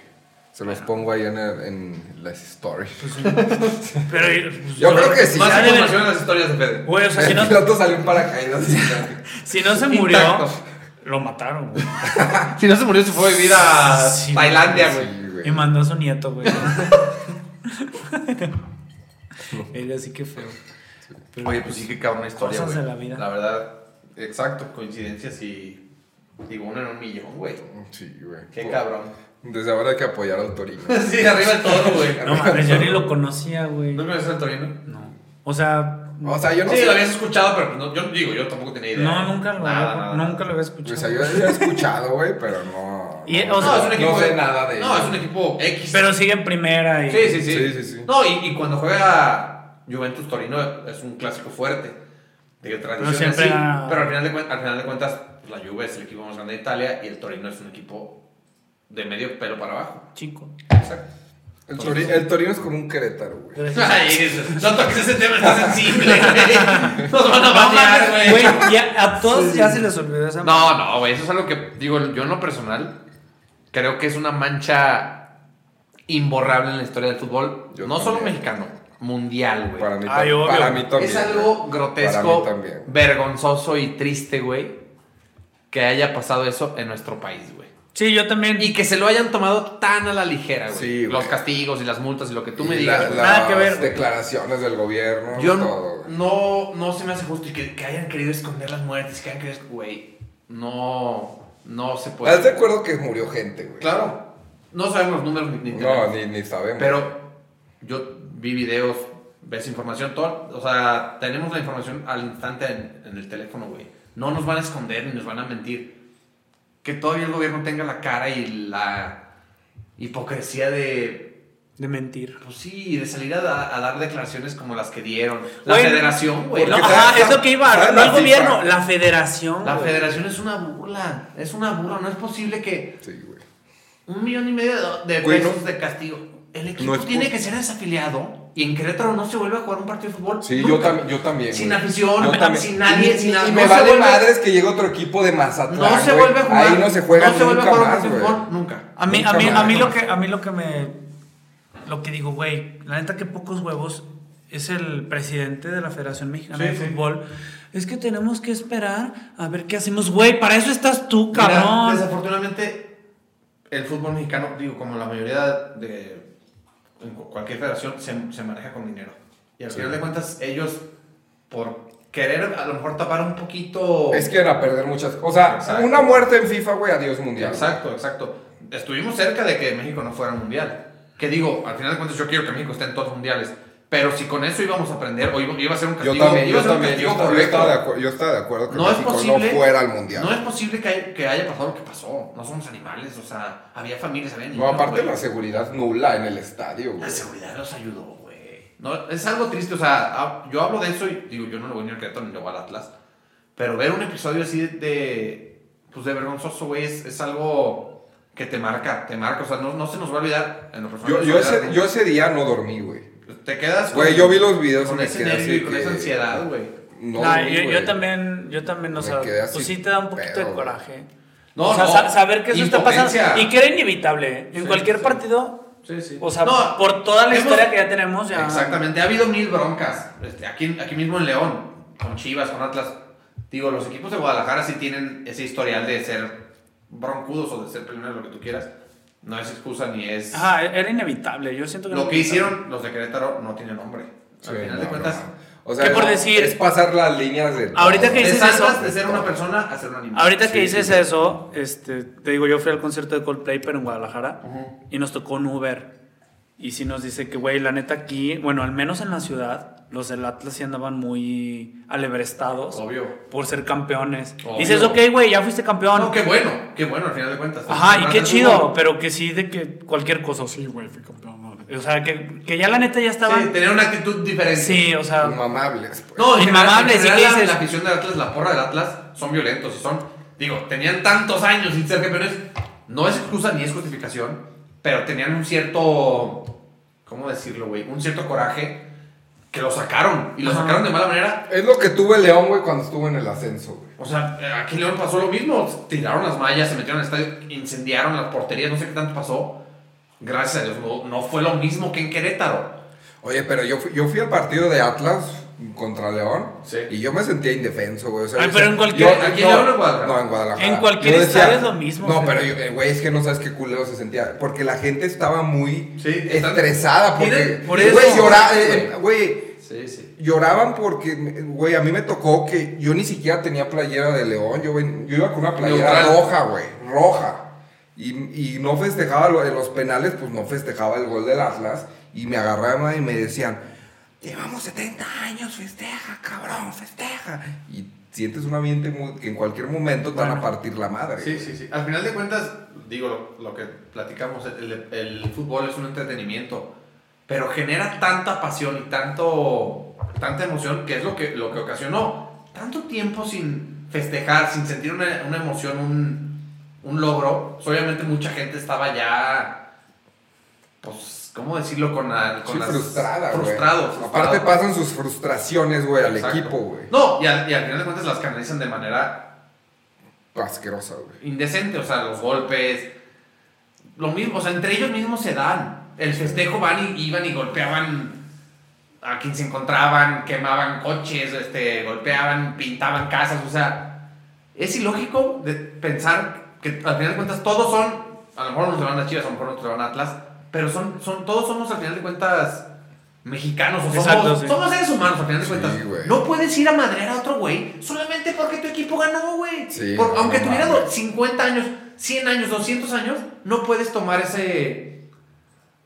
B: Se los pongo ahí en, el- en las stories.
D: Pues, sí. Pero pues,
B: Yo creo que sí.
D: ya
C: Más
D: debe-
C: información en las historias de Fede.
D: Güey, o sea, si
B: el
D: no,
B: piloto salió en paracaídas.
D: si no se murió,
C: Intacto.
D: lo mataron, güey.
C: Si no se murió, se fue a vivir a
D: Sí,
C: Tailandia, güey.
B: Sí, güey.
D: Y mandó a su nieto, güey. Era así que feo. Pero,
C: Oye, pues sí que cabrón una historia,
D: Cosas
C: güey.
D: de la vida.
C: verdad, exacto, coincidencias y... Digo, uno en un millón, güey.
B: Sí, güey.
C: Qué
B: Por-
C: cabrón.
B: Desde ahora hay que apoyar al Torino.
C: sí, arriba el toro, güey.
D: No mames, yo ni lo conocía, güey.
C: ¿No conoces al Torino?
D: No. O sea,
B: O sea, yo no
C: Sí,
B: sé.
C: lo habías escuchado, pero pues, no, yo digo, yo tampoco tenía idea.
D: no, nunca lo,
C: Nada,
D: había,
C: nada,
D: nunca
C: nada.
D: lo había
B: O
D: escuchado.
B: sea, yo he escuchado, güey, pero no.
D: Y,
B: no,
D: o sea,
C: No, es un equipo
B: no sé
C: de-
B: nada de
C: No,
B: ellos.
C: es un equipo X.
D: Pero sigue en primera y.
C: Sí, sí, sí.
B: Sí, sí, sí.
C: No, y, y cuando juega Juventus Torino es un clásico fuerte. De tradición
D: Pero siempre
C: así.
D: ha-
C: Pero al final, de, cuen- al final de cuentas, pues, la Juve es el equipo más grande de Italia y el Torino es un equipo de medio pelo para abajo.
D: Chico.
C: Exacto.
B: El, Tori- el Torino es como un Querétaro, güey.
D: Gracias.
C: Ay, eso- no toques ese tema, está sensible, güey. Nos van a
D: No mames,
C: bañar,
D: güey.
C: güey.
D: ya- a todos ya se les olvidó esa
C: No, no, güey, eso es algo que, digo, yo en lo personal, creo que es una mancha imborrable en la historia del fútbol,
B: Yo
C: no solo
B: también.
C: mexicano, mundial, güey.
B: Para mí,
D: Ay,
B: tam-
D: obvio.
B: para mí también.
C: es algo
B: güey.
C: grotesco,
B: Para mí también.
C: vergonzoso y triste, güey, que haya pasado eso en nuestro país, güey.
D: Sí, yo también.
C: Y que se lo hayan tomado tan a la ligera, güey.
B: Sí, güey.
C: Los castigos y las multas y lo que tú
B: Y
C: me
B: la-
C: digas. güey.
B: las
D: Nada que ver, güey.
B: declaraciones del gobierno. todo,
C: Yo no,
B: güey. Pues
C: no, no se me hace justo y que, que hayan querido esconder las muertes, que hayan querido, güey, no, no se puede.
B: ¿Estás de acuerdo que murió gente, güey?
C: Claro. No sabemos los números ni, ni
B: No,
C: tenemos.
B: ni, ni sabemos.
C: Pero yo vi videos, ves información, todo. O sea, tenemos la información al instante en, en el teléfono, güey. No nos van a esconder ni nos van a mentir. Que todavía el gobierno tenga la cara y la hipocresía de.
D: De mentir.
C: Pues sí, de salir a, da- a dar declaraciones como las que dieron. La
D: Güey,
C: federación, güey.
B: porque
C: ¿no? Ah,
B: te-
D: Ajá, es lo ah, que iba.
B: ¿sabes
D: No
B: la
D: el
B: FIFA?
D: gobierno, la federación.
C: La
D: güey.
C: federación es una burla. Es una burla. No es posible que
B: Sí, güey.
C: Un millón y medio de- de
B: Güey,
C: pesos
B: no.
C: de castigo. El equipo
B: No es
C: tiene
B: por-
C: que ser desafiliado y en Querétaro no se vuelve a jugar un partido de fútbol.
B: Sí,
C: nunca.
B: yo, tam- yo también.
C: Sin
B: güey.
C: afición,
B: Yo también.
C: sin nadie,
B: Y-
C: sin nada.
B: Y
C: No
B: me
C: se
B: vale
C: vuelve-
B: madres que llega otro equipo de Mazatlán.
C: No se
B: Ah, güey.
C: vuelve a jugar.
B: Ahí no se juega
C: No se vuelve a
B: nunca
C: jugar
B: más,
C: un
B: güey.
C: fútbol nunca.
D: A mí, a
B: Nunca
D: mí,
B: más.
D: a mí lo que, a mí lo que me. Lo que digo, güey, la neta que pocos huevos es el presidente de la Federación Mexicana
C: Sí,
D: de
C: sí.
D: Fútbol. Es que tenemos que esperar a ver qué hacemos, güey. Para eso estás tú,
C: Mira,
D: cabrón.
C: desafortunadamente, el fútbol mexicano, digo, como la mayoría de en cu- cualquier federación, se, se maneja con dinero. Y al final de cuentas, ellos, por querer a lo mejor tapar un poquito.
B: Es que van a perder muchas cosas. O sea,
C: Exacto.
B: una muerte en FIFA, güey, adiós mundial.
C: Exacto, exacto. Estuvimos cerca de que México no fuera al mundial. Que digo, al final de cuentas yo quiero que México esté en todos los mundiales. Pero si con eso íbamos a aprender o iba, iba a ser un
B: Yo
C: castigo,
B: también,
C: iba
B: yo
C: a ser un
B: también, yo, estaba- yo
C: castigo correcto.
B: estaba de acuerdo, yo estaba de acuerdo que
C: No es
B: México
C: posible.
B: no fuera al mundial.
C: No es posible que, hay- que haya pasado lo que pasó. No somos animales, o sea, había familias, había niños.
B: No, aparte
C: güey.
B: la seguridad nula en el estadio,
C: La
B: güey.
C: seguridad los ayudó, güey. No, es algo triste, o sea, hab- yo hablo de eso y digo, yo no lo voy ni al Querétaro ni lo voy al Atlas. Pero ver un episodio así de, de, pues de vergonzoso, güey, es, es algo que te marca, te marca. O sea, no, no se nos va a olvidar. En lo personal
B: Yo,
C: no se
B: yo
C: va a
B: ese,
C: olvidar,
B: yo ese día no dormí, güey.
C: güey. Te quedas
B: Güey, yo vi los videos y
C: con
B: me
C: ese
B: quedé
C: nervio
B: así
C: y con
B: que-
C: esa ansiedad, güey.
B: No,
D: Nah,
B: dormí,
D: yo, yo
B: güey.
D: también, yo también, o
B: Me
D: sea,
B: quedé así,
D: pues sí te da un poquito
B: pero,
D: de
B: güey.
D: coraje.
C: No,
D: o sea,
C: no,
D: sa- saber que eso está pasando
C: impotencia.
D: y que era inevitable. En
C: Sí,
D: cualquier
C: sí.
D: partido,
C: Sí, sí.
D: o sea,
C: No,
D: por toda la
C: hemos-
D: historia que ya tenemos, ya.
C: Exactamente, ha habido mil broncas. este, aquí, aquí mismo en León, con Chivas, con Atlas. Digo, los equipos de Guadalajara sí tienen ese historial de ser broncudos o de ser peleones, lo que tú quieras. No es excusa ni es.
D: Ajá, era inevitable. Yo siento que
C: lo
D: era
C: que
D: inevitable.
C: hicieron los de Querétaro no tiene nombre.
B: Sí,
C: Al final
B: no,
C: de cuentas,
B: no. O sea,
D: ¿Qué por
B: no,
D: decir?
B: Es pasar las líneas de.
D: Ahorita que
C: te
D: dices
C: saltas
D: eso?
C: de ser una persona a ser un animal.
D: Ahorita que
B: Sí,
D: dices
B: sí.
D: eso, este, te digo, yo fui al concierto de Coldplay, pero en Guadalajara, y nos tocó un Uber. Y sí nos dice que, güey, la neta aquí, bueno, al menos en la ciudad, los del Atlas sí andaban muy alebrestados
C: Obvio.
D: por ser campeones.
C: Obvio.
D: Dices, ok, güey, ya fuiste campeón.
C: No, qué bueno, qué bueno al final de cuentas.
D: Ajá, y
C: Para
D: qué
C: ser
D: chido,
C: fútbol.
D: pero que sí, de que cualquier cosa, "Oh, sí, güey, fui campeón. madre. O sea, que, que ya la neta ya
C: Sí,
D: estaban. Sí,
C: tener una actitud diferente.
D: o sea,
B: Inmamables, pues.
C: No, en
D: Inmamables,
C: general- en
D: ¿y qué
C: general la-
D: dices?
C: La afición del Atlas, la porra del Atlas, son violentos y son. Digo, tenían tantos años sin ser campeones. No es excusa ni es justificación, pero tenían un cierto. ¿Cómo decirlo, güey? Un cierto coraje que lo sacaron y lo
D: Ajá.
C: sacaron de mala manera.
B: Es lo que tuve León, güey, cuando estuvo en el ascenso, güey.
C: O sea, eh, aquí en León pasó lo mismo. Tiraron las mallas, se metieron al estadio, incendiaron las porterías, no sé qué tanto pasó. Gracias a Dios, no, no fue lo mismo que en Querétaro.
B: Oye, pero yo fui, yo fui al partido de Atlas contra León
C: Sí.
B: y yo me sentía indefenso, güey. o sea,
D: Ay,
B: yo
D: pero
B: sé-
D: en cualquier-
B: yo-
C: ¿Aquí
B: no,
C: en León o en Guadalajara?
B: No, en Guadalajara.
D: En cualquier
B: Yo
D: estadio es lo mismo,
B: No,
D: Fer.
B: pero, yo- eh, güey, es que no sabes qué culero se sentía. Porque la gente estaba muy
C: Sí, están-
B: estresada. Porque,
C: Tienen-
D: por
B: Güey,
D: eso.
B: llora- eh, eh, güey,
C: Sí, sí.
B: lloraban porque, güey, a mí me tocó que yo ni siquiera tenía playera de León. Yo, ven- yo iba con una playera
C: Neutral.
B: roja, güey, roja. Y, y no festejaba lo de los penales, pues no festejaba el gol del Atlas. Y me agarraban y me decían, llevamos 70 años, festeja, cabrón, festeja. Y sientes un ambiente muy- que en cualquier momento te van a
D: Bueno.
B: partir la madre.
C: Sí,
B: güey.
C: sí, sí. Al final de cuentas, digo, lo, lo que platicamos, el, el fútbol es un entretenimiento, pero genera tanta pasión y tanto, tanta emoción que es lo que, lo que ocasionó tanto tiempo sin festejar, sin sentir una, una emoción, un, un logro. Pues, Obviamente mucha gente estaba ya, pues, ¿cómo decirlo? Con, la, con
B: Sí,
C: las-
B: frustrada, güey.
C: frustrado,
B: Aparte
C: frustrado.
B: pasan sus frustraciones, güey, al
C: Exacto.
B: equipo, güey.
C: No, y al, y al final de cuentas las canalizan de manera
B: Asquerosa, güey.
C: indecente, o sea, los golpes, lo mismo, o sea, entre ellos mismos se dan. El festejo van y iban y golpeaban a quien se encontraban, quemaban coches, este, golpeaban, pintaban casas, o sea, es ilógico de pensar que al final de cuentas todos son, a lo mejor unos le van a Chivas, a lo mejor otros le van a Atlas, pero son, son, todos somos al final de cuentas mexicanos, o somos,
D: Exacto, sí.
C: somos seres humanos al final de
B: Sí,
C: cuentas.
B: güey.
C: No puedes ir a madrear a otro güey solamente porque tu equipo ganó, güey.
B: Sí,
C: Por-
B: no,
C: aunque
B: no
C: tuviera
B: mames.
C: 50 años, 100 años, 200 años, no puedes tomar ese.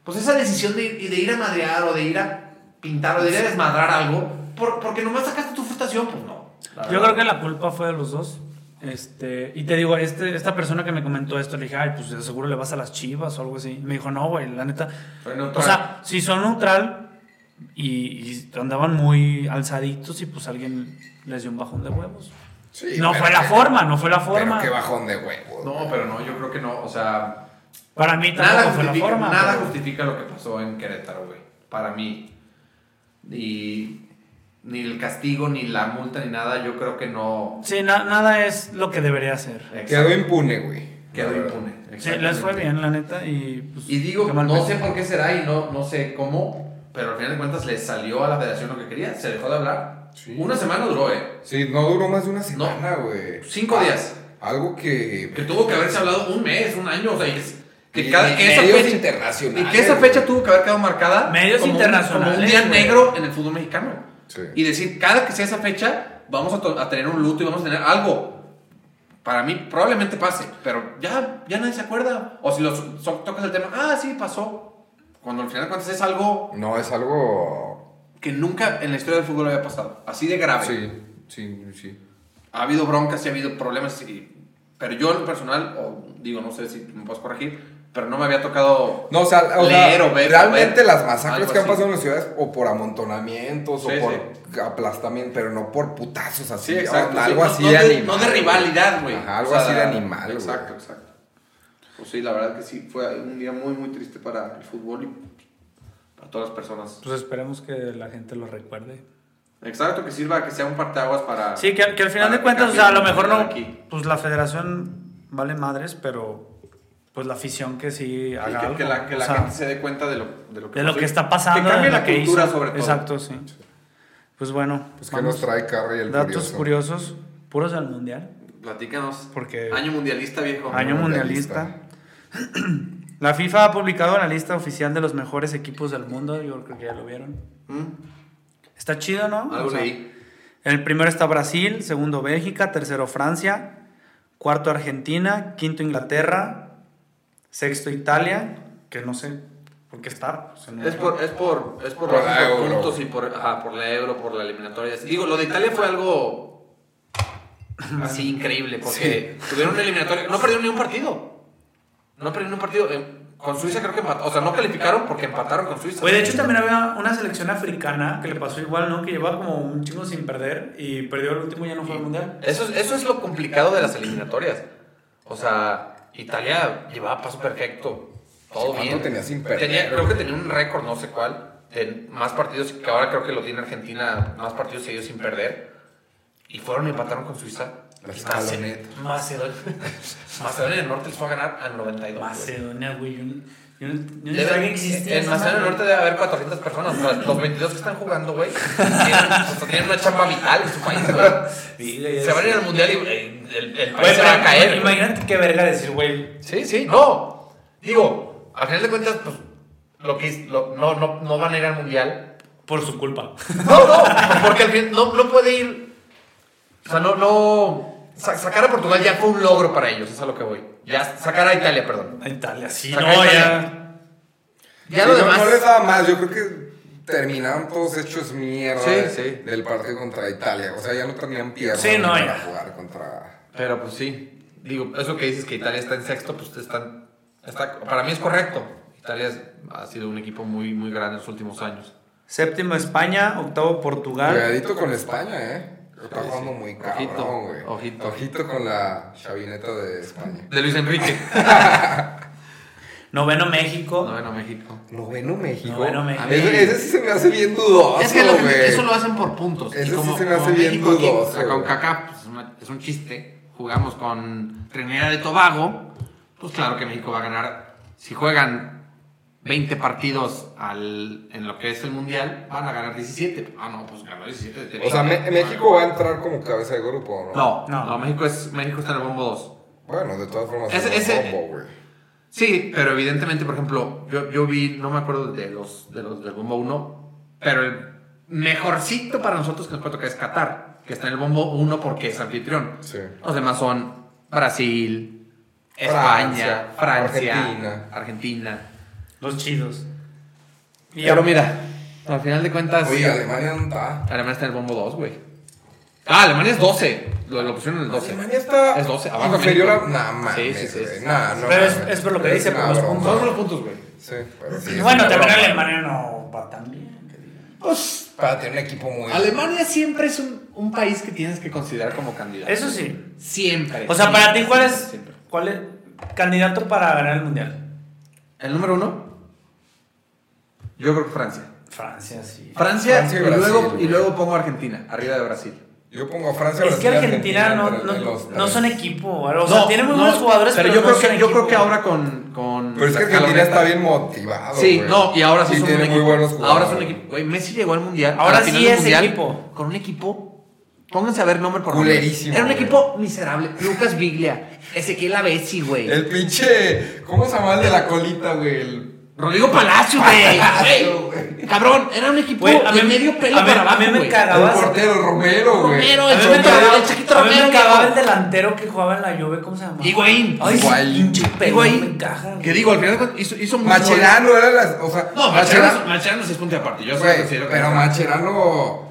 C: Pues esa decisión de, de ir a madrear o de ir a pintar o de ir a desmadrar algo por, porque nomás sacaste tu frustración, pues no.
D: Yo creo que la culpa fue de los dos. Este, y te digo, este, esta persona que me comentó esto, le dije, ay, pues de seguro le vas a las chivas o algo así. Y me dijo, no, güey, la neta.
C: Soy neutral.
D: O sea, si son neutral y, y andaban muy alzaditos y pues alguien les dio un bajón de huevos.
B: Sí,
D: no
B: pero
D: fue la
B: qué-
D: forma, no fue la
B: Pero
D: forma.
B: qué bajón de huevos.
C: No, pero no, yo creo que no. O sea,
D: Para mí tampoco
C: nada,
D: fue la
C: justifica,
D: forma.
C: nada
D: pero-
C: justifica lo que pasó en Querétaro, güey. Para mí. Y. Ni el castigo, ni la multa, ni nada, yo creo que no.
D: Sí, na- nada es lo que debería ser.
B: Quedó impune, güey.
C: Quedó
B: La verdad.
C: impune.
D: Sí, les fue
C: exactamente.
D: bien, la neta. Y, pues,
C: Y digo,
D: qué mal
C: no
D: pedo.
C: sé por qué será y no, no sé cómo, pero al final de cuentas le salió a la federación lo que quería, se dejó de hablar.
B: Sí.
C: Una semana duró, ¿eh?
B: Sí, no duró más de una semana, güey.
C: Cinco
B: Ah,
C: días.
B: Algo que.
C: Que tuvo que haberse hablado un mes, un año, o sea, y es- que,
B: Y-
C: cada,
B: y
C: que esa
B: medios
C: fecha,
B: internacionales,
C: y que esa fecha
B: güey.
C: tuvo que haber quedado marcada
D: Medios
C: como un-
D: internacionales,
C: como un día
D: güey.
C: negro en el fútbol mexicano.
B: Sí.
C: Y decir, cada que sea esa fecha, vamos a, to- a tener un luto y vamos a tener algo. Para mí probablemente pase, pero ya, ya nadie se acuerda. O si los, so- tocas el tema, ah, sí, pasó. Cuando al final de cuentas es algo
B: No, es algo.
C: que nunca en la historia del fútbol había pasado. Así de grave.
B: Sí, sí, sí.
C: Ha habido broncas y ha habido problemas. y- pero yo en lo personal, o digo, no sé si me puedes corregir, pero no me había tocado...
B: No, o sea, o sea,
C: Leer o ver,
B: realmente
C: o ver,
B: las masacres
C: algo
B: que han
C: así.
B: pasado en las ciudades o por amontonamientos
C: Sí,
B: o por aplastamientos, pero no por putazos así.
C: Sí, exacto.
B: o
C: sí,
B: algo
C: no-
B: así
C: no
B: de
C: de,
B: animal.
C: No de rivalidad, güey.
B: Ajá, algo así de animal, güey.
C: Exacto, exacto. Pues sí, la verdad que sí, fue un día muy, muy triste para el fútbol y para todas las personas.
D: Pues esperemos que la gente lo recuerde.
C: Exacto, que sirva, que sea un parteaguas para...
D: Sí, que, que al final
C: para
D: de cuentas, o
C: cambie
D: sea, a lo
C: la
D: mejor no.
C: mentalidad aquí.
D: Pues la federación vale madres, pero pues la afición que sí
C: Y
D: haga
C: que,
D: algo.
C: que la, que
D: o
C: la
D: sea,
C: gente se dé cuenta de lo, de lo que,
D: de lo
C: pasó y
D: que está pasando.
C: Que cambie
D: de lo
C: la
D: que
C: cultura
D: hizo.
C: sobre todo.
D: Exacto, sí. Pues bueno,
B: Pues que
D: vamos.
B: nos trae Carrie el
D: datos
B: curioso.
D: curiosos, puros del mundial.
C: Platícanos.
D: Porque-
C: Año mundialista, viejo.
D: Año
B: mundialista.
D: mundialista. La FIFA ha publicado la lista oficial de los mejores equipos del mundo. Yo creo que ya lo vieron.
C: ¿Mm?
D: Está chido, ¿no?
C: Algo
D: O sea,
C: leí.
D: El primero está Brasil, segundo Bélgica, tercero Francia, cuarto Argentina, quinto Inglaterra, sexto Italia, que no sé por qué está. o sea, no-
C: Es por, es por, es por,
B: Por
C: por,
B: la Euro.
C: puntos y por, ajá, por la euro, por la eliminatoria. Sí, Digo, lo de Italia fue algo así increíble, porque tuvieron una eliminatoria, no perdieron ni un partido. No perdieron ni un partido. eh, Con Suiza creo que empataron, o sea, no calificaron porque empataron con Suiza.
D: Oye, de hecho también había una selección africana que le pasó igual, ¿no? Que llevaba como un chingo sin perder y perdió el último y ya no fue al mundial.
C: Eso, es- eso es lo complicado de las eliminatorias. O sea, Italia llevaba paso perfecto. Todo
B: ¿Cuánto
C: bien.
B: tenía sin perder?
C: Tenía- creo que tenía un récord, no sé cuál, de más partidos, que ahora creo que lo tiene Argentina, más partidos seguidos sin perder. Y fueron y empataron con Suiza.
B: La
C: Y
B: escaloneta.
C: Mace- Macedonia. Macedonia del Norte les fue a ganar al 92.
D: Macedonia, güey. Yo, no- yo, no- yo no
C: Debe-
D: sabía que existía
C: en
D: esa
C: Macedonia del
D: madre.
C: Norte debe haber 400 personas. o sea, los 22 que están jugando, güey, tienen, o sea, tienen una chamba vital en su país, güey. Se van a ir al mundial y eh, el, el país
D: Güey,
C: se va a
D: pero
C: caer. güey.
D: Imagínate qué verga decir, güey.
C: Sí, sí, no. Digo, al final de cuentas, pues, lo que es- lo- no, no, no van a ir al mundial.
D: Por su culpa.
C: No, no, porque al fin no, no puede ir. O sea, no, no. sa- sacar a Portugal ya fue un logro para ellos, es a lo que voy. Ya sacar a Italia, perdón.
D: A Italia, sí,
C: Saca
D: no,
C: Italia.
D: ya.
C: Ya
B: Sí,
C: lo
B: no-
C: demás.
B: No, les daba más, yo creo que terminaron todos hechos mierda
C: Sí,
B: de-
C: sí.
B: del partido contra Italia. O sea, ya no tenían piernas
D: Sí, no,
B: para
D: ya.
B: jugar contra.
C: Pero pues sí. Digo, eso que dices que Italia está en sexto, pues están. Está, para mí es correcto. Italia es- ha sido un equipo muy, muy grande en los últimos años.
D: Séptimo España, octavo
C: ¿Ah?
D: Portugal.
B: Pegadito con España, ¿eh? Está jugando muy cabrón,
C: Ojito,
B: güey.
C: ojito.
B: Ojito con la chavineta de España.
C: De Luis Enrique.
D: Noveno México.
C: Noveno México.
B: Noveno México.
D: Noveno México.
B: Ese, ese sí se me hace bien dudoso,
C: Es que la gente-
B: güey.
C: eso lo hacen por puntos.
B: Eso
C: Y
B: sí se me hace bien
C: aquí,
B: dudoso,
C: o sea, con
B: güey.
C: Kaká, pues, es una- es un chiste. Jugamos con Trinidad y Tobago. Pues claro que México va a ganar. Si juegan 20 partidos al, en lo que es el Mundial, van a ganar 17. Ah, no, pues ganó 17. de
B: O sea,
C: México.
B: Me- México va a entrar como cabeza de grupo, ¿no?
C: No, no,
D: No.
C: México, es, México está en el bombo 2.
B: Bueno, de todas formas,
C: Ese-
B: es un
C: ese-
B: combo, güey.
C: Sí, pero evidentemente, por ejemplo, yo, yo vi, no me acuerdo de los, de los del Bombo 1, pero el mejorcito para nosotros que nos puede tocar es Qatar, que está en el Bombo 1 porque es anfitrión.
B: Sí.
C: Los demás son Brasil, España,
B: Francia,
C: Francia, Argentina.
B: Argentina.
D: Los chidos. Y
C: Pero mira, al final de cuentas,
B: Oye, Alemania no está.
C: Alemania está en el Bombo 2, güey. Ah, Alemania es 12, lo, lo pusieron en el 12.
B: Alemania está
C: Es 12, abajo
B: inferior
C: México.
B: a... Nah, mames,
C: Sí, sí, sí.
B: güey, nah, no
D: Pero es-
B: mames.
D: es por lo que dice, por los
B: broma.
D: puntos.
C: Son los puntos, güey.
B: Sí, pero sí.
D: y
B: es
D: bueno,
B: una
D: también
B: broma.
D: Alemania no va tan bien.
B: Pues, para tener un equipo muy...
C: Alemania siempre es un, un país que tienes que considerar como candidato.
D: Eso sí.
C: Siempre.
D: O sea,
C: siempre,
D: para ti, ¿cuál
C: siempre,
D: es,
C: siempre.
D: cuál es candidato para ganar el mundial?
C: El número uno. Yo creo que Francia.
D: Francia, sí.
C: Francia,
B: Francia y
C: y,
B: Brasil,
C: luego, y
B: güey.
C: luego pongo Argentina, arriba de Brasil.
B: Yo pongo a Francia,
D: Es que
B: Brasil,
D: Argentina no,
B: entre-
D: no,
B: entre los
D: no
B: tres.
D: son equipo. O sea, tienen muy
C: no,
D: buenos jugadores, pero,
C: yo,
D: no
C: creo
D: son
C: que, yo
D: equipo.
C: creo que ahora con. con
B: Pero es que
C: la
B: Argentina
C: escaloneta-
B: está bien motivado,
C: Sí,
B: güey.
C: no, y ahora sí, son
B: tiene
C: un
B: muy
C: equipo.
B: buenos jugadores.
C: Ahora es un equipo. Güey, Messi llegó al mundial.
D: Ahora
C: a la final
D: sí
C: del
D: es
C: mundial,
D: equipo.
C: Con un equipo. Pónganse a ver nombre por nombre.
B: Culerísimo,
C: Era un
B: güey.
C: equipo miserable. Lucas Biglia. Ezequiel Avesi, güey.
B: El pinche... ¿Cómo se llama el de la colita, güey? El...
C: Rodrigo Palacio, güey.
B: Palacio,
C: Güey, Cabrón, era un equipo
D: Güey, a
C: de
D: mí-
C: medio pelo
D: a mí-
C: para
D: a
C: abajo,
D: mí me
C: güey.
D: caga.
B: El
D: Cagabas.
B: portero Romero, güey.
C: Romero,
D: A
C: el
D: mí me cagaba-
C: Chiquito, el Chiquito
D: a mí me
C: Romero,
D: cagaba el
C: viejo.
D: delantero que jugaba en la Juve, ¿cómo se llama?
C: Higuaín.
D: Ay, ese
B: Higuaín.
D: pinche pelo,
C: Higuaín.
D: me encaja.
C: Que digo, al final de cuentas, hizo, hizo mucho-
B: Macherano era la. O sea,
C: No, Macherano, Macherano sí es punto de aparte. Yo sí
E: Güey,
C: considero que
E: pero
C: era-
E: Macherano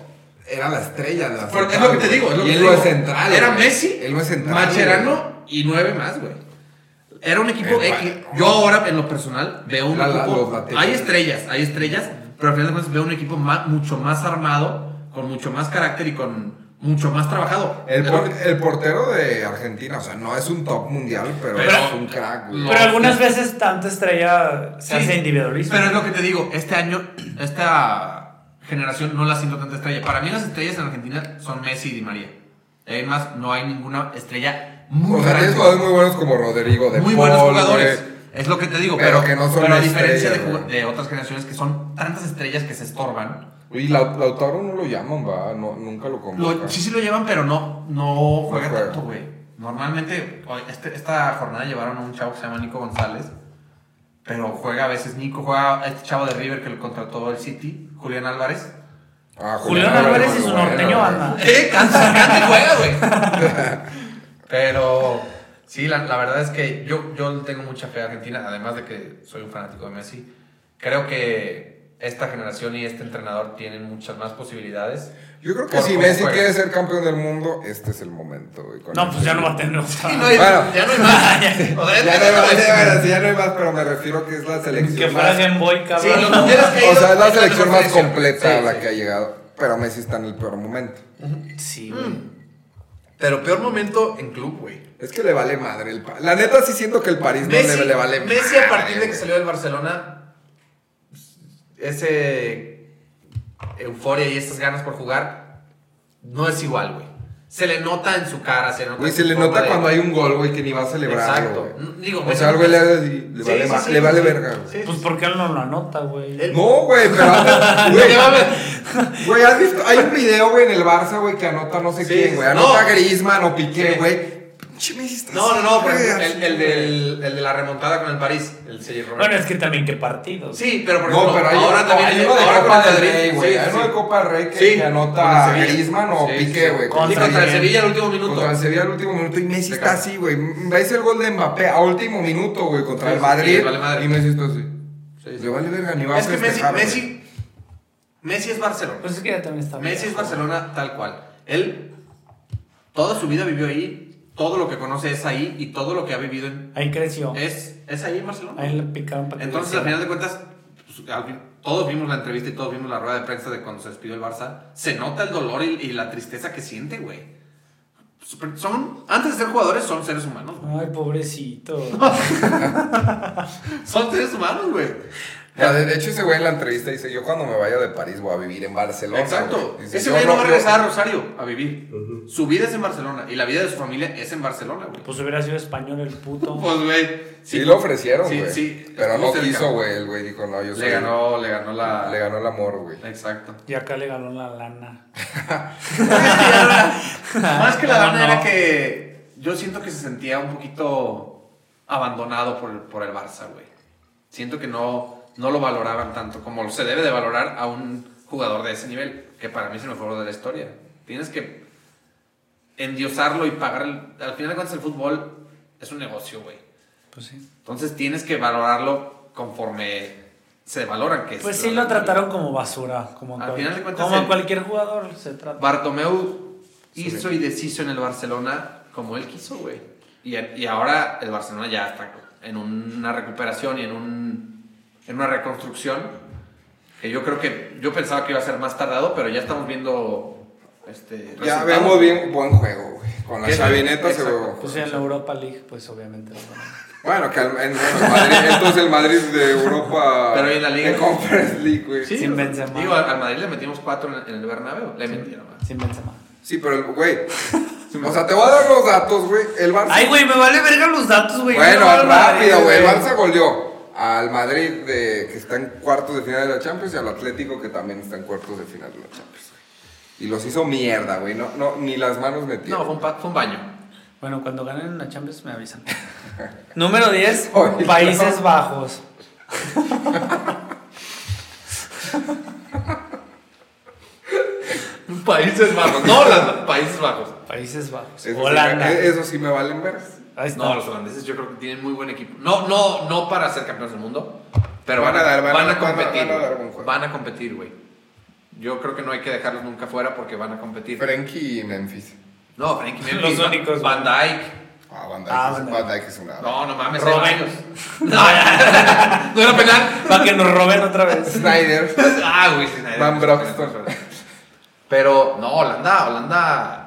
E: era la estrella de la
C: Pero es
E: central,
C: lo que
E: güey.
C: te digo, es lo
E: y
C: que
E: él
C: te
E: no es
C: digo.
E: central.
C: Era
E: güey.
C: Messi,
E: Él no es central. güey.
C: Macherano y nueve más, güey. Era un equipo
E: Eh,
C: X. Yo ahora, en lo personal, veo un
E: La- la- los
C: equipo.
E: laterales.
C: hay estrellas, hay estrellas, pero al final de cuentas veo un equipo ma- mucho más armado, con mucho más carácter y con mucho más trabajado.
B: El
C: Es
B: por-
C: lo que-
B: el portero de Argentina, o sea, no es un top mundial, pero,
C: Pero-
B: es un crack, güey.
C: No.
D: Pero algunas veces tanta estrella se
C: Sí,
D: hace individualista.
C: Pero es lo que te digo, este año, esta generación no la siento tanta estrella. Para mí las estrellas en Argentina son Messi y Di María. Además, no hay ninguna estrella muy
B: o sea, tienes
C: grande.
B: jugadores muy buenos como Rodrigo de
C: muy
B: Paul,
C: buenos jugadores.
B: güey.
C: Es lo que te digo,
B: Pero
C: pero,
B: que no son
C: pero a
B: estrellas,
C: diferencia de,
B: güey.
C: jug- de otras generaciones que son tantas estrellas que se estorban.
B: Y Lau- Lautaro no lo llaman, va, no, nunca lo convocan.
C: Lo- sí, sí lo llevan, pero no, no juega
B: juega.
C: tanto, güey. Normalmente, hoy- este- esta jornada llevaron a un chavo que se llama Nico González, pero juega a veces Nico, juega a este chavo de River que lo contrató el City, Julián Álvarez.
B: Ah,
D: Julián Álvarez y su
B: Álvarez,
D: norteño
B: güey.
D: banda.
C: Eh, canta, canta y juega, güey. Pero sí, la, la verdad es que yo, yo le tengo mucha fe a Argentina, además de que soy un fanático de Messi. Creo que esta generación y este entrenador tienen muchas más posibilidades.
B: Yo creo que
C: Por
B: si
C: cómo
B: Messi
C: juega.
B: quiere ser campeón del mundo, este es el momento, güey. con
D: No,
B: el-
D: pues ya no va a tener. o sea,
C: no hay-
B: Bueno.
C: ya no hay más.
B: Ya no hay más, ya no
C: O sea,
B: hay
C: Ah, ya
B: más, ya no hay más, pero me refiero a que es la selección
D: que fuera
B: más-
D: Game Boy, cabrón.
C: Sí, los mundiales que ha ido,
B: O sea, es la
C: es la
B: selección
C: mejor
B: más
C: selección.
B: completa a
C: Sí,
B: la
C: sí.
B: que ha llegado. Pero Messi está en el peor momento.
D: Sí, güey.
C: Mm. Pero peor momento en club, güey.
B: Es que le vale madre el pa- La neta sí siento que el París
C: Messi,
B: no le, le vale madre.
C: Messi, a partir de que
B: güey.
C: salió del Barcelona, ese euforia y estas ganas por jugar no es igual, güey. Se le nota en su cara, se le nota.
B: Güey,
C: en
B: se
C: su
B: le
C: forma
B: nota
C: de-
B: cuando hay un gol, güey, que ni va a
C: Exacto.
B: celebrarlo.
C: N-
B: güey.
C: digo,
B: o
C: Messi
B: sea, al güey le,
C: nunca-
B: le
C: Sí,
B: vale,
C: sí,
B: ma-
C: sí,
B: le vale
C: sí.
B: verga, güey.
C: Sí,
D: Pues
C: sí,
D: porque él no la nota, güey.
C: Él-
B: No, güey, pero.
C: No,
B: Güey,
C: mames.
B: Güey, ¿has visto? Hay un video, güey, en el Barça, güey, que anota no sé
C: Sí,
B: quién, güey.
C: no.
B: Anota Griezmann o Piqué,
C: Sí.
B: güey. Pinche Messi está
C: No, no, no, por
B: así,
C: ejemplo,
B: güey,
C: el, el
B: así, güey.
C: del- el de la remontada con el París, el Sergio Romero.
D: Bueno, es que también qué partido.
C: sí, pero por
B: No,
C: ejemplo,
B: pero hay,
C: ahora
B: no,
C: también
B: hay uno de
C: ahora con
B: Copa
C: el
B: del
C: Madrid,
B: Rey, güey.
C: sí,
B: hay uno
C: sí.
B: de Copa del Rey que,
C: Sí.
B: que
C: Con
B: anota
C: el Sevilla.
B: Griezmann o
C: Sí,
B: Piqué,
C: sí.
B: güey.
C: Sí, Contra el Sevilla el último minuto.
B: Contra el Sevilla al último minuto y Messi
C: De
B: está
C: cara.
B: así, güey. Ves el gol de Mbappé a último minuto, güey, contra
C: Sí,
B: el
C: sí,
B: Madrid.
C: le vale madre.
B: Y Messi está así.
C: Sí, sí.
B: Le vale verga, ni va
C: Es
B: a
C: que Messi,
B: festejar, güey.
C: Messi, Messi es Barcelona.
D: Pues es que ya también está
C: Messi es
D: viejo.
C: Barcelona tal cual. Él toda su vida vivió ahí, todo lo que conoce es ahí y todo lo que ha vivido en-
D: Ahí creció.
C: es, es ahí en Barcelona.
D: Ahí le picaron para que
C: Entonces, al
D: creciera.
C: final de cuentas, pues, al fin- todos vimos la entrevista y todos vimos la rueda de prensa de cuando se despidió el Barça. Se nota el dolor y, y la tristeza que siente, güey. Super- Son, antes de ser jugadores, son seres humanos. güey.
D: Ay, pobrecito.
C: Son seres humanos, güey.
B: Ya, de de hecho, ese güey en la entrevista dice: Yo cuando me vaya de París voy a vivir en Barcelona.
C: Exacto.
B: güey. Dice,
C: Ese
B: "Yo
C: güey no va a
B: yo-
C: regresar a Rosario a vivir. Su vida es en Barcelona y la vida de su familia es en Barcelona, güey.
D: Pues hubiera sido español el puto.
C: Pues, güey.
B: Sí, lo ofrecieron,
C: Sí,
B: güey.
C: sí.
B: Pero
C: Estuvo
B: no
C: cerca.
B: quiso, güey. El güey dijo: No, yo soy.
C: Le ganó, le ganó la.
B: Le ganó el amor, güey.
C: Exacto.
D: Y acá le ganó la lana.
C: Más que la
D: No,
C: gana era
D: no.
C: que yo siento que se sentía un poquito abandonado por, por el Barça, güey. Siento que no, no lo valoraban tanto como se debe de valorar a un jugador de ese nivel, que para mí es el mejor de la historia. Tienes que endiosarlo y pagar. el- al final de cuentas, el fútbol es un negocio, güey.
D: Pues sí.
C: Entonces tienes que valorarlo conforme se valoran que es
D: Pues sí lo trataron como basura. Como,
C: Al
D: cual-
C: final de cuentas,
D: como
C: el-
D: cualquier jugador se trata.
C: Bartomeu hizo y deshizo en el Barcelona como él quiso, güey. Y, y ahora el Barcelona ya está en una recuperación y en, un, en una reconstrucción que yo creo que yo pensaba que iba a ser más tardado, pero ya estamos viendo este
B: Ya
C: resultados.
B: vemos bien buen juego, güey. Con la
C: Qué
B: chavineta se
C: exacto.
B: ve.
D: Pues sí, en la Europa League, pues obviamente. lo ganó.
B: Bueno, que al- en, en Madrid, entonces el Madrid de Europa.
C: Pero en la liga.
B: De Conference League, güey.
C: Sí,
B: Sí.
D: Sin
C: o sea,
D: Benzema.
C: Digo, al al Madrid le metimos cuatro en, en el Bernabéu, le metieron más.
D: Sin Benzema.
B: pero, el- güey. O sea, te voy a dar los datos, güey. El Barça.
D: Ay, güey, me vale verga los datos, güey.
B: bueno,
D: Yo no hablo de
B: rápido,
D: Madrid,
B: güey. El Barça goleó al Madrid de, que está en cuartos de final de la Champions y al Atlético que también está en cuartos de final de la Champions. güey. Y los hizo mierda, güey. No, no, ni las manos
C: No,
B: metieron.
C: fue un, pa- fue un baño.
D: Bueno, cuando ganen la Champions me avisan. Número 10,
B: Oye,
D: Países
B: no.
D: Bajos.
F: Países Bajos. No Holanda, Países Bajos.
D: Países Bajos.
B: Eso sí me-
D: Holanda.
B: e- eso sí me valen ver.
D: Ahí está.
F: No, los holandeses yo creo que tienen muy buen equipo. No, no, no para ser campeones del mundo, pero
B: Van
F: van
B: a
F: a,
B: dar, van
F: van
B: a-
F: a competir.
B: van a
F: güey.
B: dar buen juego.
F: Van a competir, güey. Yo creo que no hay que dejarlos nunca fuera porque van a competir.
B: Frenkie y Memphis.
F: no, Frankie Memphis,
D: Los
F: Va-
D: únicos,
F: Van Dijk.
B: Ah, Van Dijk,
D: Ah,
B: es-
D: Van Dijk.
B: Van Dijk es una.
F: No, no mames,
D: Robben.
F: hay varios. No, ya. no era penal.
D: Para que nos roben otra vez.
B: Snyder.
F: Ah, güey, sí, nadie-
B: Van Broxton.
F: Pero no, Holanda, Holanda.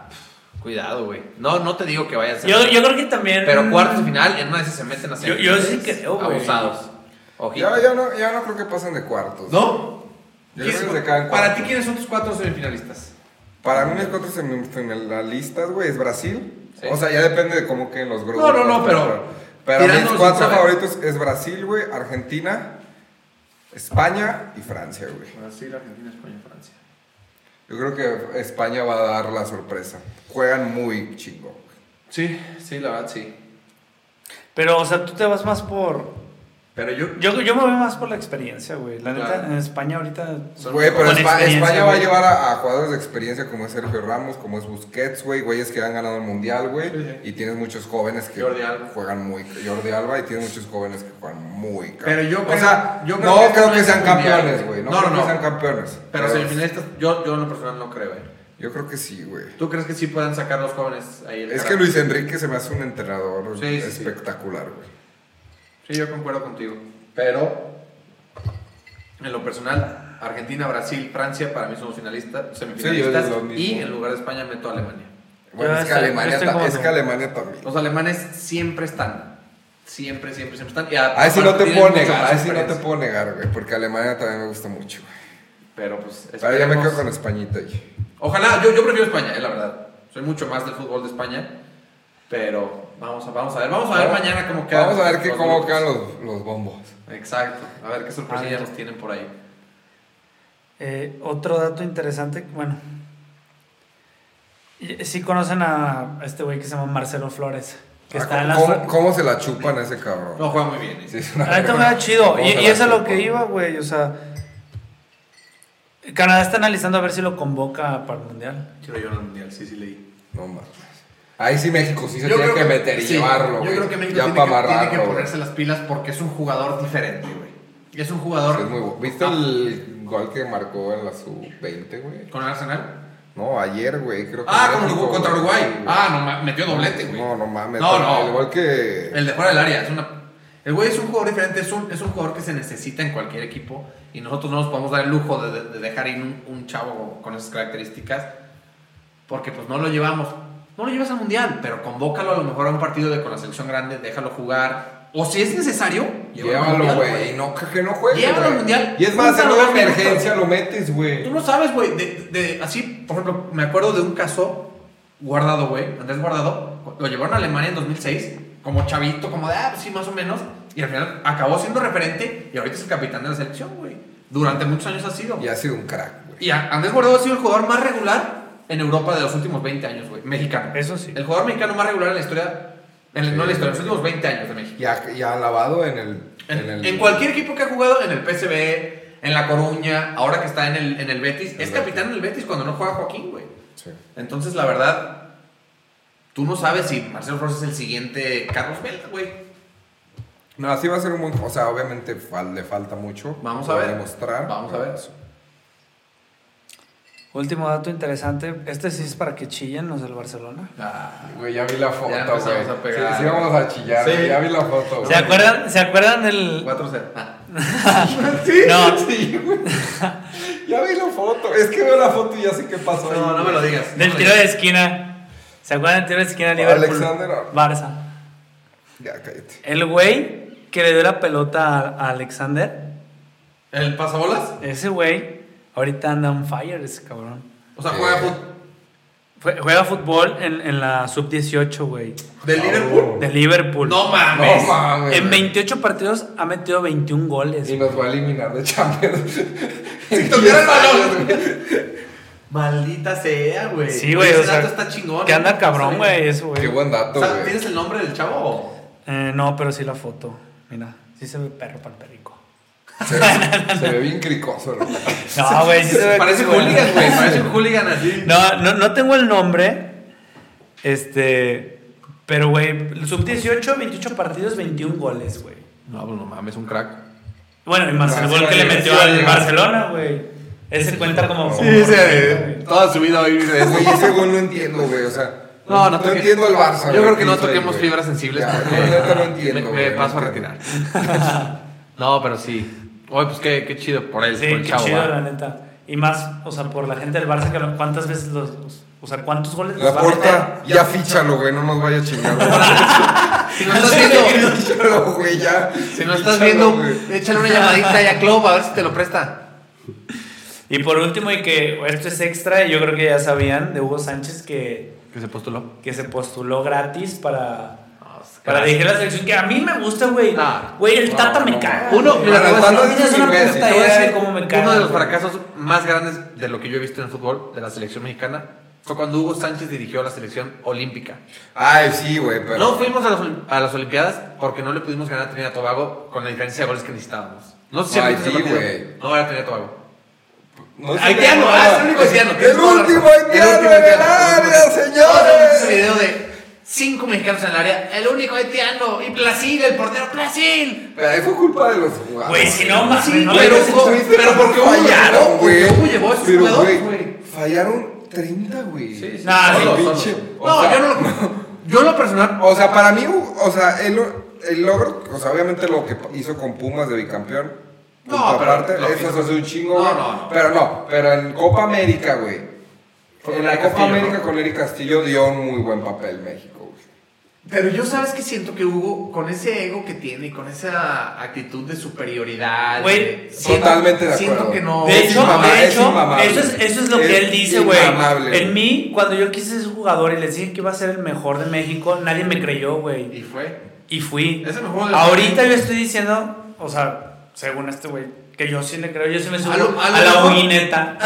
F: Cuidado, güey. No, no te digo que vaya a ser.
D: Yo, yo creo que también.
F: Pero cuartos de final, en una de esas se meten a
D: Yo- yo
F: semifinales.
D: sí creo, güey.
F: Abusados. Ojito.
B: Yo, yo no, yo no creo que pasen de cuartos.
F: ¿No?
B: Yo creo que se quedan
F: Para
B: cuartos.
F: ti, ¿quiénes son tus cuatro semifinalistas?
B: Para mí, mis cuatro semifinalistas, güey, es Brasil.
F: Sí.
B: O sea, ya depende de cómo queden los grupos.
F: No, no, no, pero-
B: Pero mis
F: tirándolos sin
B: cuatro
F: saber.
B: favoritos es Brasil, güey, Argentina, España y Francia, güey.
F: Brasil, Argentina, España, Francia.
B: Yo creo que España va a dar la sorpresa. Juegan muy chingo. güey.
F: Sí, sí, la verdad, sí.
D: Pero, o sea, tú te vas más por.
F: Pero yo.
D: Yo, yo me voy más por la experiencia, güey. La neta,
F: Claro.
D: en España ahorita.
B: Güey, pero
D: Con
B: Espa-
D: experiencia,
B: España va a
D: güey.
B: llevar a, a jugadores de experiencia como es Sergio Ramos, como es Busquets, güey, güeyes que han ganado el Mundial, güey. Y tienes muchos jóvenes que
F: Jordi Alba.
B: juegan muy... Jordi Alba y tienes muchos jóvenes que juegan muy... cabrón.
C: Pero yo
B: O
C: creo-
B: sea,
C: yo creo
B: no
C: que esto
B: creo
C: no
B: que
C: es
B: sean
C: el Mundial.
B: campeones, güey. No,
C: No,
B: creo
C: no,
B: que
C: no.
B: sean campeones.
C: Pero semifinalistas, yo, yo en lo personal no creo, eh.
B: Yo creo que sí, güey.
C: ¿Tú crees que sí puedan sacar los jóvenes ahí? el
B: Es que
C: carajo?
B: Luis Enrique se me hace un entrenador
C: Sí, sí, sí.
B: espectacular, güey.
C: Sí, yo concuerdo contigo. Pero, en lo personal, Argentina, Brasil, Francia para mí son los finalistas, semifinalistas.
B: Sí, yo digo lo
C: y
B: mismo.
C: en lugar de España meto a Alemania.
B: Bueno,
D: Ya
B: es que,
D: estoy-
B: Alemania
D: estoy
B: ta-
D: como
B: es
D: tú.
B: que Alemania también.
C: Los alemanes siempre están. Siempre, siempre, siempre están. Y
B: Ahí sí
C: aparte
B: no te
C: tienen
B: puedo
C: mucho
B: negar,
C: más
B: ahí sí no te
C: experiencia.
B: puedo negar, güey, porque Alemania también me gusta mucho, güey.
C: Pero pues,
B: Pero ya me quedo
C: esperemos.
B: con Españita ahí.
C: Ojalá, yo, yo prefiero España, eh, la verdad. Soy mucho más del fútbol de España. Pero vamos a, vamos a ver, vamos a ver mañana cómo quedan.
B: Vamos a ver qué,
C: los
B: cómo
C: grupos.
B: quedan los, los bombos.
C: Exacto, a ver qué sorpresillas
D: Ah,
C: nos tienen por ahí.
D: Eh, otro dato interesante, bueno. y- eh, Sí conocen a este güey que se llama Marcelo Flores. Que
B: Ah,
D: está en la.
B: ¿cómo, cómo se la chupan a ese cabrón?
C: No, juega muy bien. eh.
B: Sí, es una
D: La neta
B: verga.
D: juega Ah, chido.
B: ¿Cómo
D: Y,
B: se
D: y
B: la
D: eso es lo
B: chupan?
D: que iba, güey. O sea. Canadá está analizando a ver si lo convoca para el mundial.
C: Quiero yo en el mundial, sí, sí leí.
B: No mames. Ahí sí México sí se tiene que, meter y
C: sí,
B: llevarlo,
C: Yo
B: güey.
C: creo que México
B: ya
C: tiene,
B: para
C: que, tiene que
B: amarrarlo. güey.
C: ponerse las pilas porque es un jugador diferente, güey. Y Es un
B: Sí,
C: jugador. Ah.
B: es muy bu-
D: Ah.
B: ¿Viste el gol que marcó en la sub-20, güey?
C: ¿Con Arsenal?
B: No, ayer, güey, creo que.
C: Ah,
B: en
C: con
B: México,
C: Uruguay, contra
B: güey.
C: Uruguay.
B: Sí, güey.
C: Ah, no, ma- metió doblete, güey.
B: No, no mames.
C: No, no.
B: Igual que.
C: El de fuera del área es una. El güey es un jugador diferente, es un, es un jugador que se necesita en cualquier equipo y nosotros no nos podemos dar el lujo de, de- de dejar ir un, un chavo con esas características porque pues no lo llevamos. No lo llevas al mundial, pero convócalo a lo mejor a un partido de, con la selección grande, déjalo jugar o si es necesario, al
B: Llévalo,
C: mundial,
B: güey. No, que- que no juegue.
C: Llévalo al
B: güey.
C: Mundial.
B: Y es más, en
C: Nunca
B: una
C: lo hagas,
B: emergencia lo metes,
C: Tú
B: güey.
C: no sabes, güey. De, de- así, por ejemplo, me acuerdo de un caso guardado, güey. Andrés Guardado. Lo llevaron a Alemania en 2006. Como chavito, como de, ah, pues sí, más o menos. Y al final acabó siendo referente. Y ahorita es el capitán de la selección, güey. Durante muchos años ha sido.
B: Y ha sido un crack, güey.
C: Y a- Andrés Guardado ha sido el jugador más regular en Europa de los últimos 20 años, güey. Mexicano.
D: Eso sí.
C: El jugador mexicano más regular en la historia. En, no en la historia, en los últimos 20 años de México.
B: Y ha, y ha lavado en el.
C: En,
B: el-
C: en cualquier equipo que ha jugado, en el PSV, en La Coruña, ahora que está en el, en el Betis, es
B: Betis.
C: capitán en el Betis cuando no juega Joaquín, güey.
B: Sí.
C: Entonces, la verdad, tú no sabes si Marcelo Flores es el siguiente Carlos Vela, güey.
B: No, así va a ser un buen. O sea, obviamente fal- le falta mucho.
C: Vamos a
B: por
C: ver.
B: demostrar.
C: Vamos a ver.
D: Último dato interesante. Este sí es para que chillen los del Barcelona.
C: Ah,
B: Güey, ya vi la foto,
C: Ya
B: güey.
C: empezamos a pegar.
B: Sí, sí, vamos a chillar.
C: Sí.
B: güey, Ya vi la foto, güey.
D: ¿Se acuerdan, ¿se acuerdan del.?
C: 4-0. Ah,
B: Sí,
D: No.
B: sí, güey. ya vi la foto. Es que veo la foto y ya sé qué pasó. ahí,
C: No, no me
B: güey.
C: lo digas.
D: Del tiro de esquina. ¿Se acuerdan del tiro de esquina Liverpool?
B: Alexander Arnold.
D: Barça.
B: Ya, cállate.
D: El güey que le dio la pelota a, a Alexander.
C: ¿El pasabolas?
D: Ese güey ahorita anda on fire ese cabrón.
C: O sea,
B: Sí.
D: Eh,
C: juega fútbol.
D: Jue- Juega fútbol en, en la sub-18, güey.
C: ¿Del Liverpool?
D: De Liverpool.
C: No
B: No
C: mames.
B: mames.
D: En
B: güey.
D: 28 partidos ha metido 21 goles.
B: Y nos va a eliminar de Champions.
C: Si tuviera el balón. Maldita sea, güey.
D: Sí, güey.
C: Ese
D: o sea,
C: dato está chingón. ¿eh?
D: Que anda cabrón,
C: ¿Sabes?
D: güey, eso,
B: Qué
D: güey.
B: buen dato,
C: O sea,
B: güey.
C: ¿Tienes el nombre del chavo?
D: Eh, no, pero sí la foto. Mira, sí se ve perro para el perico.
B: Se ve, se ve bien cricoso, ¿no?
D: No, güey. sí se ve que
C: Parece
D: es
C: un
D: bueno.
C: hooligan, güey. Parece un hooligan así.
D: No, no, no tengo el nombre. Este. Pero, güey, sub-18, 28 partidos, 21 goles, güey.
G: No, pues no mames, un crack.
D: Bueno, y más el gol que le metió al Barcelona, güey. Ese cuenta como. como
C: Sí,
D: goleador,
C: sí. Toda su vida hoy de
B: Güey, ese gol no entiendo, güey. O sea,
C: No, no toque-
B: entiendo el Barça.
C: Yo
B: güey,
C: creo que no
B: pinche,
C: toquemos
B: güey.
C: fibras sensibles.
B: Ya,
C: porque
B: no, neta, no entiendo,
C: Me, me
B: güey, no
C: paso a
B: entiendo.
C: retirar. no, pero sí. Oye, pues qué, qué chido por él,
D: güey. Sí,
C: por el
D: qué
C: chavo.
D: chido,
C: ¿va?
D: la neta. Y más, o sea, por la gente del Barça, que lo- cuántas veces los. los- O sea, cuántos goles les
B: La
D: va a meter?
B: porta, ya fíchalo, güey. No nos vaya a chingar. güey.
C: Si no estás
B: Fíchalo,
C: viendo,
B: güey, ya.
C: si no
B: Fíchalo,
C: estás viendo
B: güey.
C: échale una llamadita ahí a Club a ver si te lo presta.
D: Y por último, y que esto es extra, y yo creo que ya sabían de Hugo Sánchez que,
C: Que se postuló.
D: que se postuló gratis para. Para dirigir la selección que a mí me gusta, güey.
C: No.
D: Güey, el
B: No,
D: Tata me
B: Ah. no,
D: caga.
C: Uno,
D: güey.
C: mira, te voy a
B: Para
C: decir-
B: tanto, es un imbécil.
D: Te voy a decir cómo me caga,
C: Uno de los
D: güey.
C: fracasos más grandes de lo que yo he visto en el fútbol de la selección mexicana fue cuando Hugo Sánchez dirigió la selección olímpica.
B: Ay, sí, güey, pero.
C: No fuimos a las, olim- a las Olimpiadas porque no le pudimos ganar a Trinidad y Tobago con la diferencia de goles que necesitábamos. No sé si
B: Ay,
C: han visto
B: sí,
C: ese partido.
B: güey.
C: No era Trinidad y Tobago.
B: No sé
C: Haitiano,
B: qué
C: ah,
B: nada.
C: es el único haitiano.
B: El último haitiano en el área,
C: Ese
B: señores.
C: video de cinco mexicanos en el área, el único haitiano y Placil, el portero Placil.
B: Pero ahí fue culpa de los jugadores.
D: Güey, si no, más.
C: Sí,
D: no,
C: pero-
D: güey,
C: Hugo, pero ¿por qué Hugo llevó, güey? Hugo llevó a esos
B: Pero,
C: jugadores, güey.
B: Fallaron 30, güey.
C: Sí, sí,
D: Nah,
C: solo,
B: sí,
C: solo.
B: pinche.
C: No,
B: O sea-
C: yo no lo. Yo en lo personal.
B: O sea, para mí, o sea, el, el logro, o sea, obviamente lo que hizo con Pumas de bicampeón.
C: No,
B: punto
C: pero
B: aparte,
C: lo que
B: eso
C: hizo-
B: se hace un chingo,
C: No,
B: güey.
C: no, no.
B: Pero no, pero en Copa América, güey.
C: Fue
B: En
C: con
B: la
C: Eric
B: Copa
C: Castillo,
B: América
C: ¿no?
B: con Eric Castillo dio un muy buen papel México, güey.
C: Pero yo sabes que siento que Hugo, con ese ego que tiene y con esa actitud de superioridad.
D: Güey,
C: de- siento-
B: totalmente de acuerdo.
C: Siento que no.
D: De hecho,
B: inmamable,
D: de hecho,
B: es inmamable.
D: eso, es, eso es lo
B: Es
D: que él dice, güey.
B: inmamable.
D: En mí, cuando yo quise ser jugador y les dije que iba a ser el mejor de México, nadie me creyó, güey.
C: Y fue.
D: Y fui.
C: Es el mejor de-
D: Ahorita yo estoy diciendo, o sea, según este güey, que yo sí le creo, yo sí me subo a,
C: A lo- a lo
D: la
C: mejor-
D: hoguineta.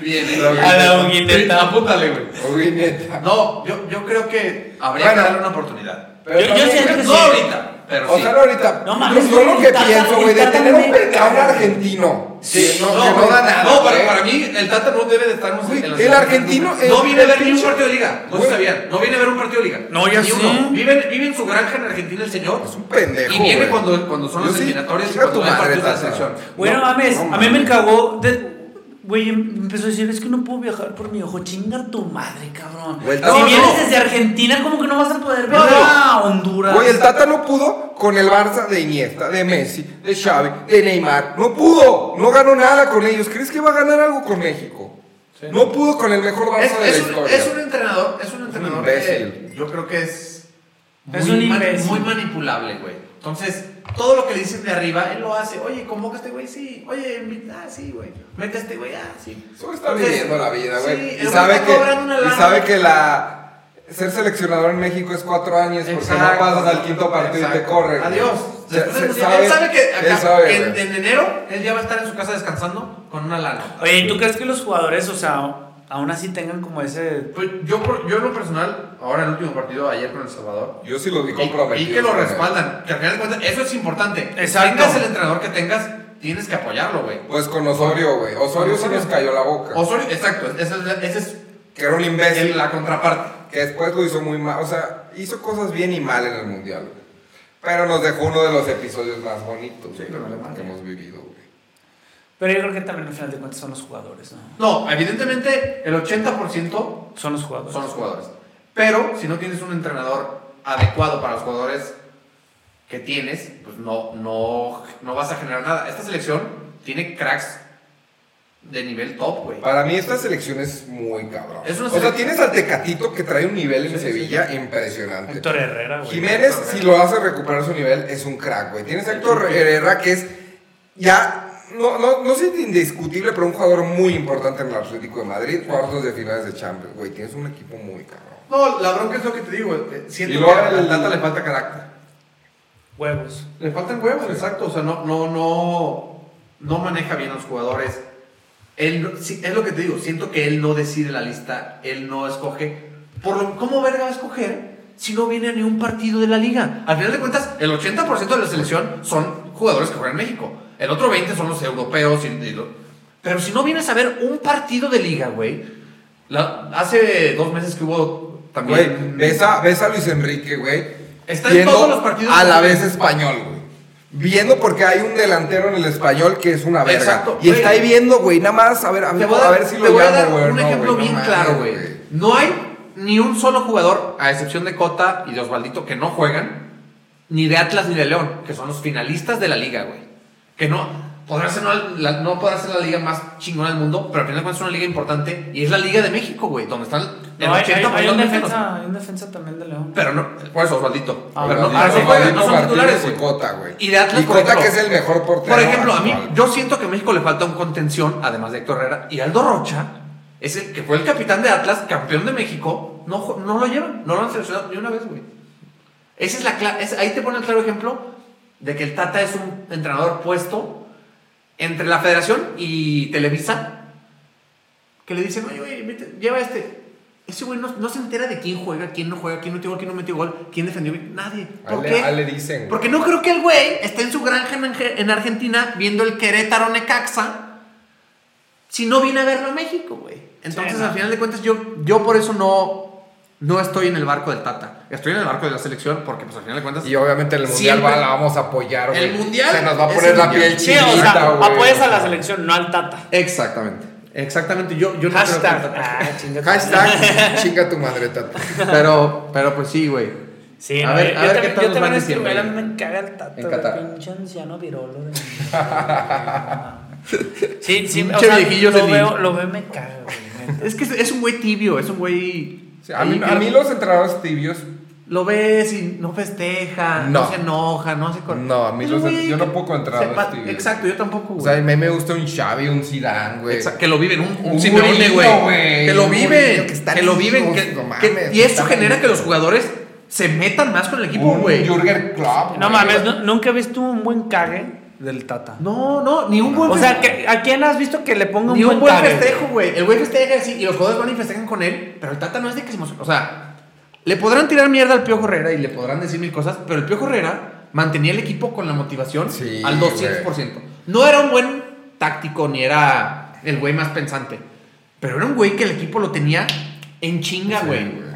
C: Bien, eh.
B: Lo-
D: A la hoguineta.
C: Apúntale, güey.
B: Güey, neta.
C: No, yo, yo creo que habría
B: Bueno.
C: que darle una oportunidad.
B: Pero
D: Yo- yo
B: también,
D: siento
B: güey,
D: que
C: No
D: sí.
C: ahorita, pero
B: O
C: sí.
B: sea, no ahorita.
D: No
B: No
D: mames,
B: mames. Yo lo
D: el
B: que
D: Tata-
B: pienso,
D: el
B: güey, de
D: Tata
B: tener un
D: me caga,
B: pelado argentino.
C: Sí,
B: que no,
C: no,
B: que no
C: güey.
B: da nada.
C: No, para,
B: güey.
C: para mí el Tata no debe de estar.
B: Güey,
C: en los-
B: el argentino es-
C: No viene a
B: el
C: ver ni un
B: pinche-
C: partido de liga. No se
B: Güey.
C: sabían. No viene a ver un partido de liga.
D: No, ya
C: Ni
D: sé.
C: uno. Vive, vive en su granja en Argentina el señor.
B: Es un pendejo,
C: Y viene
B: güey.
C: cuando, cuando son
B: Yo
C: los
B: sí,
C: eliminatorios y
B: chinga
C: cuando
B: tu
C: hay
B: madre,
C: partidos de la
B: Tata.
C: selección.
D: Bueno,
B: No,
D: mames,
B: no
D: a mí me
B: mames.
D: cagó. de- Güey, em, empezó a decir, es que no puedo viajar por mi ojo. Chinga tu madre, cabrón.
B: Güey, el
D: si
B: Tata-
C: no,
D: vienes
C: no.
D: desde Argentina, como que no vas a poder
C: No,
D: viajar
C: no.
D: a Honduras.
B: Güey, el Tata no pudo con el Barça de Iniesta, de Messi, de Xavi, de Neymar. No pudo. No ganó nada con ellos. ¿Crees que va a ganar algo con México? no pudo con el mejor Barça
C: Es,
B: de
C: es
B: la
C: un,
B: historia.
C: es un entrenador, es un entrenador
B: imbécil.
C: que yo creo que es muy,
D: Es un
C: mani-
D: imbécil.
C: muy manipulable, güey. Entonces, todo lo que le dicen de arriba, él lo hace. Oye, convoca a este güey, sí. Oye, invita, ah, sí, güey. Mete a este güey, ah, sí.
B: Solo está
C: Entonces,
B: viviendo la vida, güey.
C: sí, el
B: y, sabe
C: está
B: que,
C: cobrando una
B: y
C: lana.
B: sabe que la. Ser seleccionador en México es cuatro años porque no
C: Exacto.
B: pasas al quinto partido y te
C: Exacto.
B: corren.
C: Adiós.
B: Se-
C: Después
B: se
C: del Mundial, él sabe que acá,
B: él sabe,
C: en,
B: güey.
C: en enero él ya va a estar en su casa descansando con una lana.
D: Oye, ¿y tú crees que los jugadores, o sea, aún así tengan como ese.
C: Pues yo, por- yo en lo personal, ahora el último partido ayer con El Salvador.
B: Yo sí lo vi
C: Y,
B: comprometido.
C: y que lo
B: güey.
C: respaldan. Que al final de cuentas, eso es importante.
D: Exacto.
C: Tengas el entrenador que tengas, tienes que apoyarlo, güey.
B: Pues con Osorio, güey. Osorio sí nos cayó la boca.
C: Osorio, exacto, ese es, ese es
B: Que era un imbécil.
C: el- la contraparte.
B: Que después lo hizo muy mal. O sea, hizo cosas bien y mal en el mundial. güey. Pero nos dejó uno de los episodios más bonitos güey, que hemos vivido, güey.
D: Pero yo creo que también al final de cuentas son los jugadores, ¿no?
C: No, evidentemente el 80%
D: Son los jugadores.
C: son los jugadores. Pero si no tienes un entrenador adecuado para los jugadores que tienes, pues no, no, no vas a generar nada. Esta selección tiene cracks de nivel top, güey.
B: Para mí esta selección es muy cabrón.
C: Es una
B: o sea,
C: selección-
B: tienes al Tecatito que trae un nivel en Sevilla impresionante.
D: Héctor Herrera, güey.
B: Jiménez, si lo hace recuperar su nivel, es un crack, güey. Tienes a Héctor Herrera, que es ya, no, no, no sé si indiscutible, pero un jugador muy importante en el Atlético de Madrid, cuartos de finales de Champions, güey. Tienes un equipo muy cabrón.
C: No, la bronca es lo que te digo. eh, Siento
B: Y luego
C: que al
B: el-
C: Tata le falta carácter.
D: Huevos.
C: Le faltan huevos, exacto. O sea, no, no, no, no maneja bien a los jugadores. Él, no- sí, es lo que te digo, siento que él no decide la lista, él no escoge. Por lo, ¿Cómo verga va a escoger si no viene a ni un partido de la liga? Al final de cuentas, el 80% de la selección son jugadores que juegan en México. El otro 20% son los europeos. y- y lo- Pero si no vienes a ver un partido de liga, güey. la- Hace dos meses que hubo
B: Güey,
C: también.
B: ves a, ves a Luis Enrique, güey.
C: Está en todos los partidos.
B: A la vez español, güey. Viendo porque hay un delantero en el español que es una verga.
C: Exacto,
B: y
C: güey.
B: está ahí viendo, güey, nada más. A ver, a,
C: Te
B: ver-
C: voy a
B: a
C: dar,
B: ver si
C: te
B: lo
C: voy a
B: llamo,
C: dar
B: güey.
C: un
B: no, güey,
C: ejemplo
B: no
C: bien
B: mames,
C: claro, güey. No hay ni un solo jugador, a excepción de Cota y de Osvaldito, que no juegan, ni de Atlas ni de León, que son los finalistas de la liga, güey. Que no podrá ser, no, la, no podrá ser la liga más chingona del mundo, pero al final de cuentas es una liga importante y es la Liga de México, güey, donde están el
D: No, hay, hay-
C: 80%
D: hay un
C: de mexicanos.
D: defensa, hay un defensa también de León.
C: Pero no, por eso Osvaldito.
D: Ah,
C: pero no,
B: Osvaldito,
C: pero sí juegan, no son
B: Martínez
C: titulares,
B: y
C: güey.
B: Cota, güey.
C: Y de Atlas,
B: Y
C: por
B: Cota,
C: ejemplo.
B: que es el mejor portero
C: Por ejemplo, a mí,
B: actual.
C: yo siento que a México le falta un contención, además de Héctor Herrera. Y Aldo Rocha, es el que fue el capitán de Atlas, campeón de México, no, ju- no lo llevan, no lo han seleccionado ni una vez, güey. Esa es la cla- es- ahí te pone el claro ejemplo de que el Tata es un entrenador puesto entre la Federación y Televisa, que le dicen, oye, güey, vete, lleva este. Ese güey no, no se entera de quién juega, quién no juega, quién metió gol, quién no metió gol, quién defendió. bien. Nadie. ¿Por
B: Ahí le-
C: qué?
B: ahí ah, le dicen, güey.
C: Porque no creo que el güey esté en su granja en, Ange- en Argentina viendo el Querétaro Necaxa si no viene a verlo a México, güey. Entonces,
D: Sí,
C: al
D: no.
C: final de cuentas, yo, yo por eso no, no estoy en el barco del Tata. Estoy en el barco de la selección porque, pues, al final de cuentas...
B: Y obviamente en el mundial
C: Siempre.
B: va- la vamos a apoyar, güey.
C: El Mundial
B: Se nos va a
C: es
B: poner
C: el
B: la
C: Mundial.
B: piel
D: Sí,
B: chinita,
D: o
B: güey.
D: sea, apoyas a la selección, no al Tata.
C: Exactamente. Exactamente. Yo, yo no creo que el
D: Hashtag.
C: Tata-
D: Ah, chinga tu madre.
B: Hashtag chinga tu madre, Tata.
C: Pero, pero pues sí, güey.
D: Sí,
C: A
D: no,
C: ver-
D: yo,
C: a ver
D: también-
C: qué tal
D: yo
C: nos
D: también
C: van
D: es que
C: diciendo
D: me
C: ahí.
D: me caga el Tata.
B: En Qatar.
D: güey, Pinche anciano virolo. de- sí, sí, o
C: Pinche
D: sea,
C: viejillo
D: lo
C: senil.
D: veo, lo veo y me cago, güey. neta.
C: Es que es, es un güey tibio, es un güey.
B: Sí, a, mí,
C: ahí
B: a
C: que-
B: mí los entrenadores tibios,
C: Lo ves y no festeja, no,
B: No.
C: se enoja, no se cor-
B: No, a mí
C: Es
B: los-
C: un güey
B: yo
C: que
B: no puedo con
C: se
B: entrenadores
C: pa-
B: tibios.
C: Exacto, yo tampoco,
B: o
C: güey.
B: sea, a mí me gusta un Xavi, un Zidane, güey.
C: Exa- que lo viven, un, un
B: Pues, Un
C: Simeone,
B: Mourinho,
C: güey.
B: güey.
C: Que lo
B: Un
C: viven,
B: Mourinho que
C: que,
B: está
C: lo viven.
B: lejos,
C: que-
B: no
C: que-
B: mames,
C: y eso
B: está
C: genera que
B: lejos.
C: los jugadores se metan más con el equipo,
B: Un
C: güey.
B: Jürgen Klopp.
D: No
B: güey.
D: mames, nu- nunca he visto un buen cague del Tata.
C: No, no, ni un buen
D: O sea,
C: festejo.
D: que- ¿a quién has visto que le ponga un
C: Ni
D: buen,
C: un buen
D: cague?
C: festejo, güey. El güey festeja así y los jugadores van y festejan con él, pero el Tata no es de que se emocione. O sea, le podrán tirar mierda al Piojo Herrera y le podrán decir mil cosas, pero el Piojo Herrera mantenía el equipo con la motivación
B: Sí,
C: al 200%. No era un buen táctico ni era el güey más pensante, pero era un güey que el equipo lo tenía en chinga,
B: Sí,
C: güey.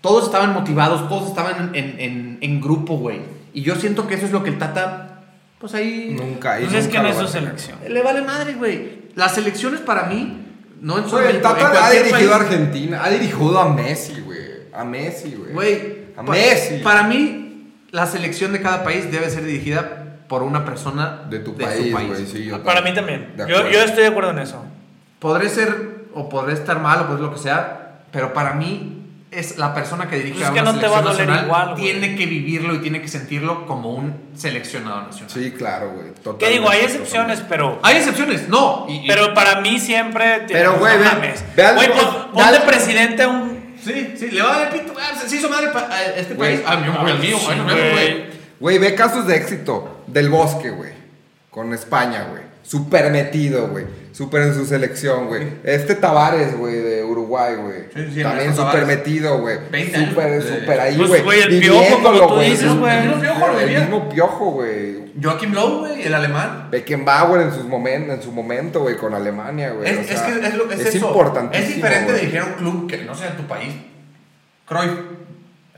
C: Todos estaban motivados, todos estaban en, en- en- en grupo, güey. Y yo siento que eso es lo que el Tata, pues ahí...
B: Nunca. y
D: Pues es
B: nunca
D: que no
B: lo
D: es
B: va
D: su
B: a tener.
D: selección.
C: Le vale madre, güey. Las selecciones para mí no en solo
B: Güey, el
C: México, en
B: Tata ha
C: cualquier
B: dirigido a
C: país.
B: Argentina, ha dirigido a Messi, güey. A Messi, güey.
C: Güey,
B: a
C: pa-
B: Messi.
C: Para mí, la selección de cada país debe ser dirigida por una persona
B: de tu
C: su
B: país, güey. Sí, yo
D: Para mí también.
B: De
D: Yo,
B: acuerdo.
D: yo estoy de acuerdo en eso.
C: Podré ser o podré estar mal o pues lo que sea, pero para mí es la persona que dirige
D: Pues
C: a
D: es
C: una
D: que no te va a
C: selección
D: doler
C: nacional
D: igual, güey.
C: tiene que vivirlo y tiene que sentirlo como un seleccionado nacional.
B: Sí, claro, güey.
D: ¿Qué
B: totalmente,
D: digo? Hay
B: totalmente.
D: excepciones, pero.
C: Hay excepciones, no. Ah, y- y-
D: Pero para mí siempre. tiene-
B: Pero, güey,
D: no
B: ve-
D: mames.
B: ve al-
D: Güey, pon-
B: ve al-
D: ponle presidente a un.
C: sí, sí, le va a dar el pito. ah, se hizo madre pa- a este
B: Güey,
C: país. Ah, yo me voy al mío,
D: Sí,
C: ay, no me voy, güey.
B: Güey, ve casos de éxito del Bosque, güey. Con España, güey. Súper metido, güey. Súper en su selección, güey. Este Tavares, güey, de Uruguay, güey.
C: Sí, sí,
B: También
C: Ernesto
B: súper
C: Tabárez.
B: metido, güey.
C: 20 años.
B: Súper,
C: Sí.
B: súper ahí,
D: Pues,
B: güey.
D: güey, el Piojo,
B: viviéndolo,
D: como tú dices, güey.
C: El mismo Piojo lo vivía.
B: El mismo piojo, güey.
C: Joachim Lowe, güey, el alemán.
B: Beckenbauer en, sus momen- en su momento, güey, con Alemania, güey.
C: Es,
B: O
C: es
B: sea,
C: que es lo que es, eso.
B: importantísimo,
C: Es diferente
B: güey.
C: dirigir a un club que no sea en tu país. Cruyff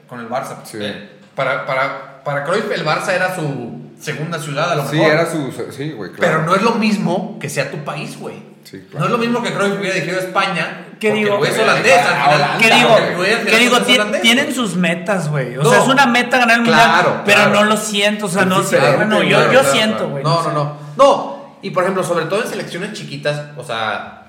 C: con el Barça.
B: Sí.
C: Eh, para, para, para Cruyff el Barça era su segunda ciudad a lo
B: Sí,
C: mejor.
B: era su. Sí, güey, claro.
C: Pero no es lo mismo que sea tu país, güey.
B: Sí, claro.
C: No es lo mismo que Cruyff hubiera dirigido a España.
D: ¿Qué
C: porque
D: digo?
C: el güey es holandés. al
B: Ah,
C: final.
B: Holanda,
D: ¿Qué
C: Porque
D: digo?
C: el güey al final
D: ¿Qué digo?
C: es
D: Tien-
C: holandés,
D: tienen
C: güey.
D: sus metas, güey. O
C: No.
D: sea, es una meta ganar el mundial.
C: Claro,
D: pero
C: claro.
D: no lo siento. O sea,
B: Es
D: no sé.
B: diferente,
D: Bueno,
B: güey,
D: yo,
B: claro,
D: yo
B: claro,
D: siento,
B: claro.
D: güey.
C: No,
D: sé.
C: no, no. No. Y por ejemplo, sobre todo en selecciones chiquitas, o sea,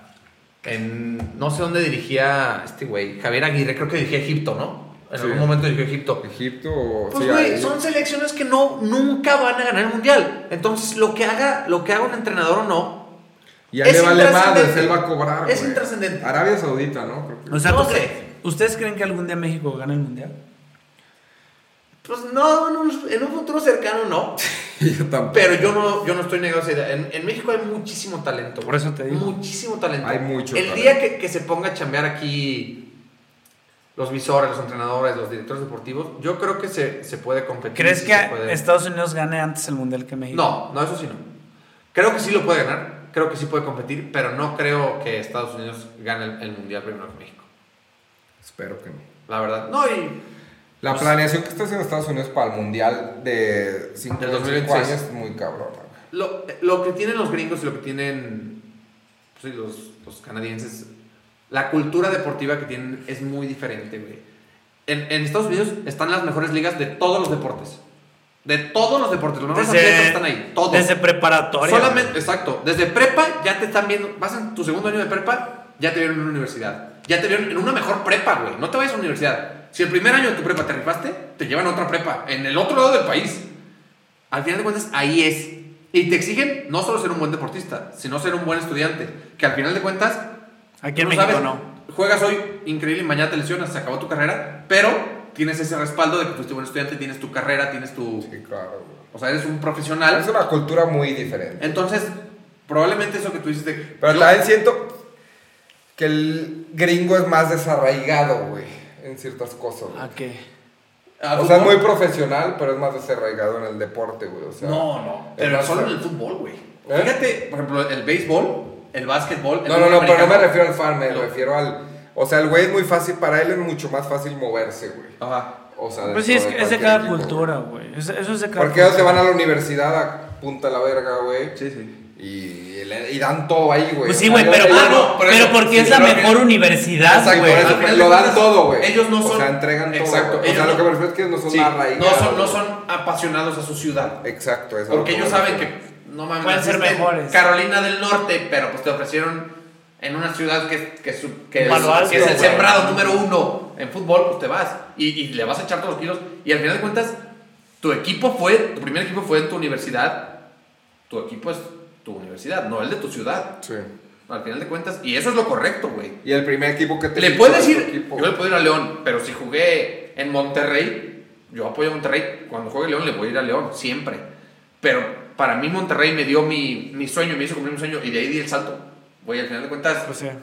C: en no sé dónde dirigía este güey, Javier Aguirre, creo que dirigía Egipto, ¿no? En
B: Sí.
C: algún momento dirigió Egipto.
B: Egipto.
C: Pues
B: sí,
C: güey,
B: ahí.
C: son selecciones que no nunca van a ganar el mundial. Entonces, lo que haga, lo que haga un entrenador o no,
B: Y a él
C: Es
B: le vale madres,
C: intrascendente.
B: él va a cobrar.
C: Es
B: güey.
C: intrascendente.
B: Arabia Saudita, ¿no? Creo que-
D: O sea,
C: No
D: ¿tú
C: sé.
D: cre- ¿ustedes creen que algún día México gane el mundial?
C: pues no, en un, en un futuro cercano no.
B: yo tampoco.
C: Pero yo no, yo no estoy negado a esa idea. En, en México hay muchísimo talento.
D: Por eso te digo.
C: Muchísimo talento.
B: Hay mucho
C: El
B: talento.
C: día que, que se ponga a chambear aquí los visores, los entrenadores, los directores deportivos, yo creo que se, se puede competir.
D: ¿Crees
C: sí
D: que
C: se puede.
D: Estados Unidos gane antes el mundial que México?
C: No, no, eso sí no. Creo que sí lo puede ganar, creo que sí puede competir, pero no creo que Estados Unidos gane el, el Mundial primero que México.
B: Espero que no.
C: La verdad. No, y
B: La planeación que está haciendo Estados Unidos para el Mundial de 5
C: Del
B: años
C: 2026.
B: es muy cabrona. güey.
C: lo, lo que tienen los gringos y lo que tienen pues, sí, los, los canadienses, la cultura deportiva que tienen es muy diferente, güey. En, en Estados Unidos están las mejores ligas de todos los deportes. De todos los deportes, los mejores atletas están ahí, todos.
D: Desde preparatoria.
C: Solamente, exacto. Desde prepa ya te están viendo. Vas en tu segundo año de prepa, ya te vieron en una universidad. Ya te vieron en una mejor prepa, güey. No te vayas a una universidad. Si el primer año de tu prepa te rifaste, te llevan a otra prepa, en el otro lado del país. Al final de cuentas, ahí es. Y te exigen no solo ser un buen deportista, sino ser un buen estudiante. Que al final de cuentas.
D: Aquí en
C: tú
D: México no.
C: Juegas hoy increíble y mañana te lesionas, se acabó tu carrera, pero tienes ese respaldo de que fuiste buen estudiante, tienes tu carrera, tienes tu.
B: Sí, claro. güey.
C: O sea, eres un profesional.
B: Es una cultura muy diferente.
C: Entonces, probablemente eso que tú dices de.
B: Pero
C: yo-
B: también siento que el gringo es más desarraigado, güey, en ciertas cosas. güey.
D: ¿A qué?
C: Ah,
B: o sea, es
C: fútbol.
B: muy profesional, pero es más desarraigado en el deporte, güey. O sea,
C: No, no. Pero
B: más-
C: solo en el fútbol, güey.
B: ¿Eh?
C: Fíjate, por ejemplo, el béisbol, el básquetbol. el
B: No, no, no,
C: fútbol
B: pero no me
C: americano.
B: refiero al fan, me
C: No.
B: refiero al. O sea, el güey es muy fácil, para él es mucho más fácil moverse, güey.
C: Ajá.
B: O sea,
D: Pues sí, es,
B: dentro
D: que es de
B: cualquier
D: cada
B: equipo,
D: cultura, güey. Es- Eso es de
B: güey.
D: cada
B: Porque ellos se van a la universidad a punta la verga, güey.
C: Sí, sí.
B: Y, le- y dan todo ahí, güey.
D: Pues sí,
B: O sea,
D: güey,
B: yo-
D: pero,
B: ellos
C: ah,
B: no-
C: no, pero
D: pero
C: eso-
D: porque
C: sí,
D: es la
C: pero que-
D: mejor universidad,
B: Exacto,
D: güey.
B: por eso,
C: Al final
B: lo
C: de
B: dan
C: cuentas,
B: todo, güey.
C: ellos no
B: O
C: son-
B: sea, entregan todo.
C: Exacto,
B: güey. O sea,
C: ellos
B: lo que
C: no-
B: me refiero es que no son
C: Sí, no,
B: arraigados,
C: son, no
B: güey.
C: son apasionados a su ciudad.
B: Exacto, eso.
C: Porque
B: es lo
C: ellos
B: me
C: saben
B: refiero.
C: que no mames.
D: Pueden ser
C: naciste en
D: mejores.
C: Carolina del Norte, pero pues te ofrecieron en una ciudad que, que, su- que, es,
D: Palo Alto,
C: que es el
D: güey.
C: sembrado número uno en fútbol, pues te vas y, y le vas a echar todos los kilos. Y al final de cuentas, tu equipo fue, tu primer equipo fue en tu universidad. Tu equipo es tu universidad, no el de tu ciudad.
B: Sí.
C: Al final de cuentas, y eso es lo correcto, güey.
B: Y el primer equipo que te
C: Le
B: fichó
C: puedo
B: es tu
C: decir,
B: equipo.
C: yo le puedo ir a León, pero si jugué en Monterrey, yo apoyo a Monterrey. Cuando juegue León, le voy a ir a León, siempre. Pero para mí, Monterrey me dio mi, mi sueño, me hizo cumplir mi sueño, y de ahí di el salto. Güey, al final de cuentas,
D: O
C: pues,
D: sea,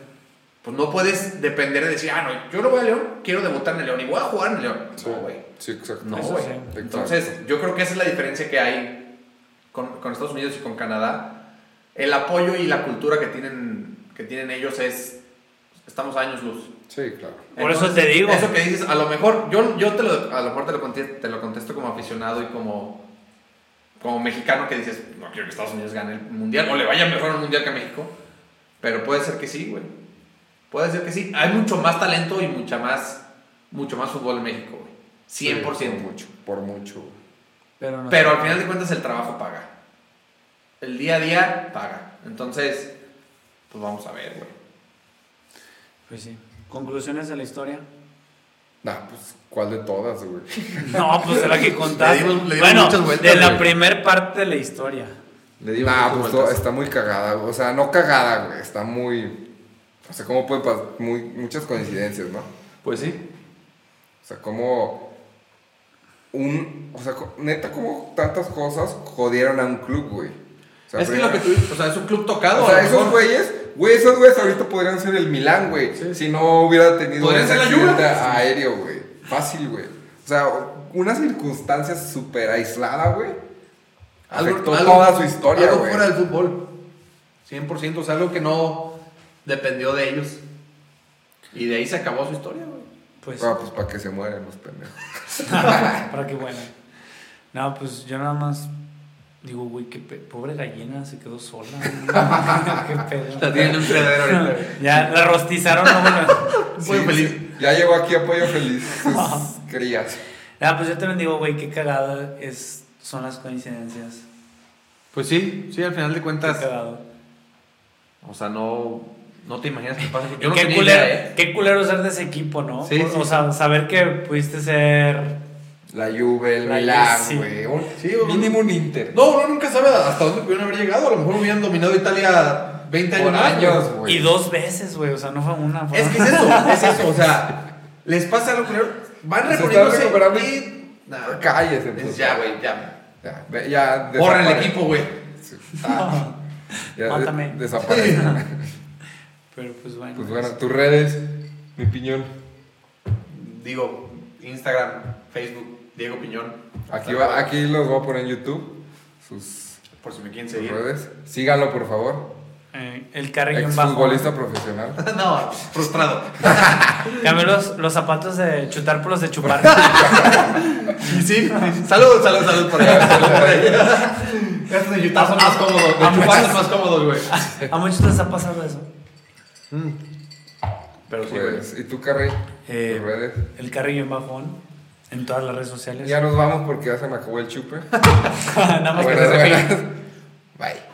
C: pues no puedes depender de decir, ah, no, yo no voy a León, quiero debutar en el León y voy a jugar en el León.
B: Sí,
C: No, güey.
B: sí, exacto.
C: No,
D: Eso
C: güey.
D: sí.
B: Exacto.
C: Entonces, yo creo que esa es la diferencia que hay con, con Estados Unidos y con Canadá. El apoyo y la cultura que tienen, que tienen ellos es, estamos a años luz.
B: Sí, claro.
D: Por eso te digo.
C: Eso que dices, a lo mejor, yo, yo te lo, a lo mejor te lo, conte- te lo contesto como aficionado y como, como mexicano que dices, no quiero que Estados Unidos gane el mundial o le vaya mejor al mundial que a México. Pero puede ser que sí, güey. Puede ser que sí. Hay mucho más talento y mucha más, mucho más fútbol en México, güey. 100%.
B: Por mucho. Por mucho. güey.
D: pero no.
C: Pero al final de cuentas el trabajo paga. El día a día paga. Entonces, pues vamos a ver, güey.
D: Pues sí. ¿Conclusiones de la historia?
B: Nah, pues, ¿cuál de todas, güey?
D: No, pues de la que contaste.
C: Le dimos- le dimos
D: bueno,
C: muchas vueltas,
D: de la
C: güey.
D: primer parte de la historia.
C: Le
B: Nah, pues todo- está muy cagada, güey. O sea, no cagada, güey. Está muy. O sea, cómo puede pasar. Muy, muchas coincidencias, ¿no? O
C: Pues sí.
B: sea, cómo. Un. O sea, co- neta, cómo tantas cosas jodieron a un club, güey. O sea,
C: es que lo que
B: primero-
C: tú dices, o sea, es un club tocado.
B: O
C: a
B: sea,
C: lo
B: esos
C: mejor.
B: güeyes, güey, esos güeyes ahorita podrían ser el Milán, güey. Si no hubiera tenido un
C: Podrían ser la
B: accidente
C: Juve.
B: aéreo, güey. Fácil, güey. O sea, una circunstancia súper aislada, güey. Afectó toda su historia,
C: algo
B: güey.
C: fuera del fútbol. 100%, o sea, algo que no dependió de ellos. Y de ahí se acabó su historia, güey.
D: Pues,
B: Ah, pues para que se mueran los pendejos.
D: para que bueno. No, pues yo nada más digo, güey, qué pe- pobre gallina se quedó sola. güey. qué
C: La
D: pedo.
C: tienen en un fregadero ahorita. güey.
D: Ya la rostizaron. ¿no?
C: Muy feliz.
B: pues, Ya llegó aquí Apoyo Feliz, sus crías.
D: Ah, pues yo también digo, güey, qué cagada es, son las coincidencias.
C: Pues sí, sí, al final de
D: Qué
C: cuentas.
D: cagado.
C: O sea, no, no te imaginas qué pasa.
D: Y
C: Yo no
D: qué,
C: tenía
D: culero,
C: idea, ¿eh?
D: qué culero ser de ese equipo, ¿no?
C: Sí,
D: o
C: sí,
D: sea, saber que pudiste ser.
B: La Juve, el
D: La
B: Milán,
D: Juve, sí.
B: güey. Un-
C: Sí, güey.
B: mínimo un Inter.
C: No, uno nunca sabe hasta dónde pudieron haber llegado. A lo mejor hubieran dominado Italia 20 años
B: Por
C: más, güey.
B: años, güey.
D: Y dos veces, güey, o sea, no fue una. fue
C: Es que es eso, es eso. O sea, les pasa algo culero. Van
B: Se está
C: reponiéndose
B: recuperando y-
C: y- Nah.
B: Cállese,
C: Es
B: pues.
C: Ya, güey, ya.
B: Ya, ve- ya
C: Borra el
B: desaparece.
C: equipo, güey.
B: Sí. Ah, ya de-
D: Mátame.
B: Desaparece.
D: Pero pues bueno.
B: Pues bueno, tus redes, mi piñón.
C: digo, Instagram, Facebook, Diego Piñón.
B: Aquí, va, aquí los voy a poner en YouTube. Sus
C: Por si me quieren
B: sus
C: seguir.
B: redes. Síganlo, por favor.
D: Eh, el carrillón bajo.
B: Exfutbolista profesional.
C: no, frustrado.
D: Cambió los, los zapatos de chutar por los de chupar.
C: Sí, sí. Salud, salud, salud por allá. Salud por allá. Estos de Utah son más cómodos. De
B: Ah,
C: chupar
B: pues.
C: son más cómodos, güey.
D: A muchos les ha pasado eso.
C: Pero sí, güey.
B: Pues, ¿Y tú, Carrey?
D: Eh,
B: Tus redes.
D: el carrillo en bajón. En todas las redes sociales.
B: Ya nos vamos porque ya se me acabó el chupe.
D: Nada más que
B: Buenas,
D: se refiere.
B: buenas. Bye.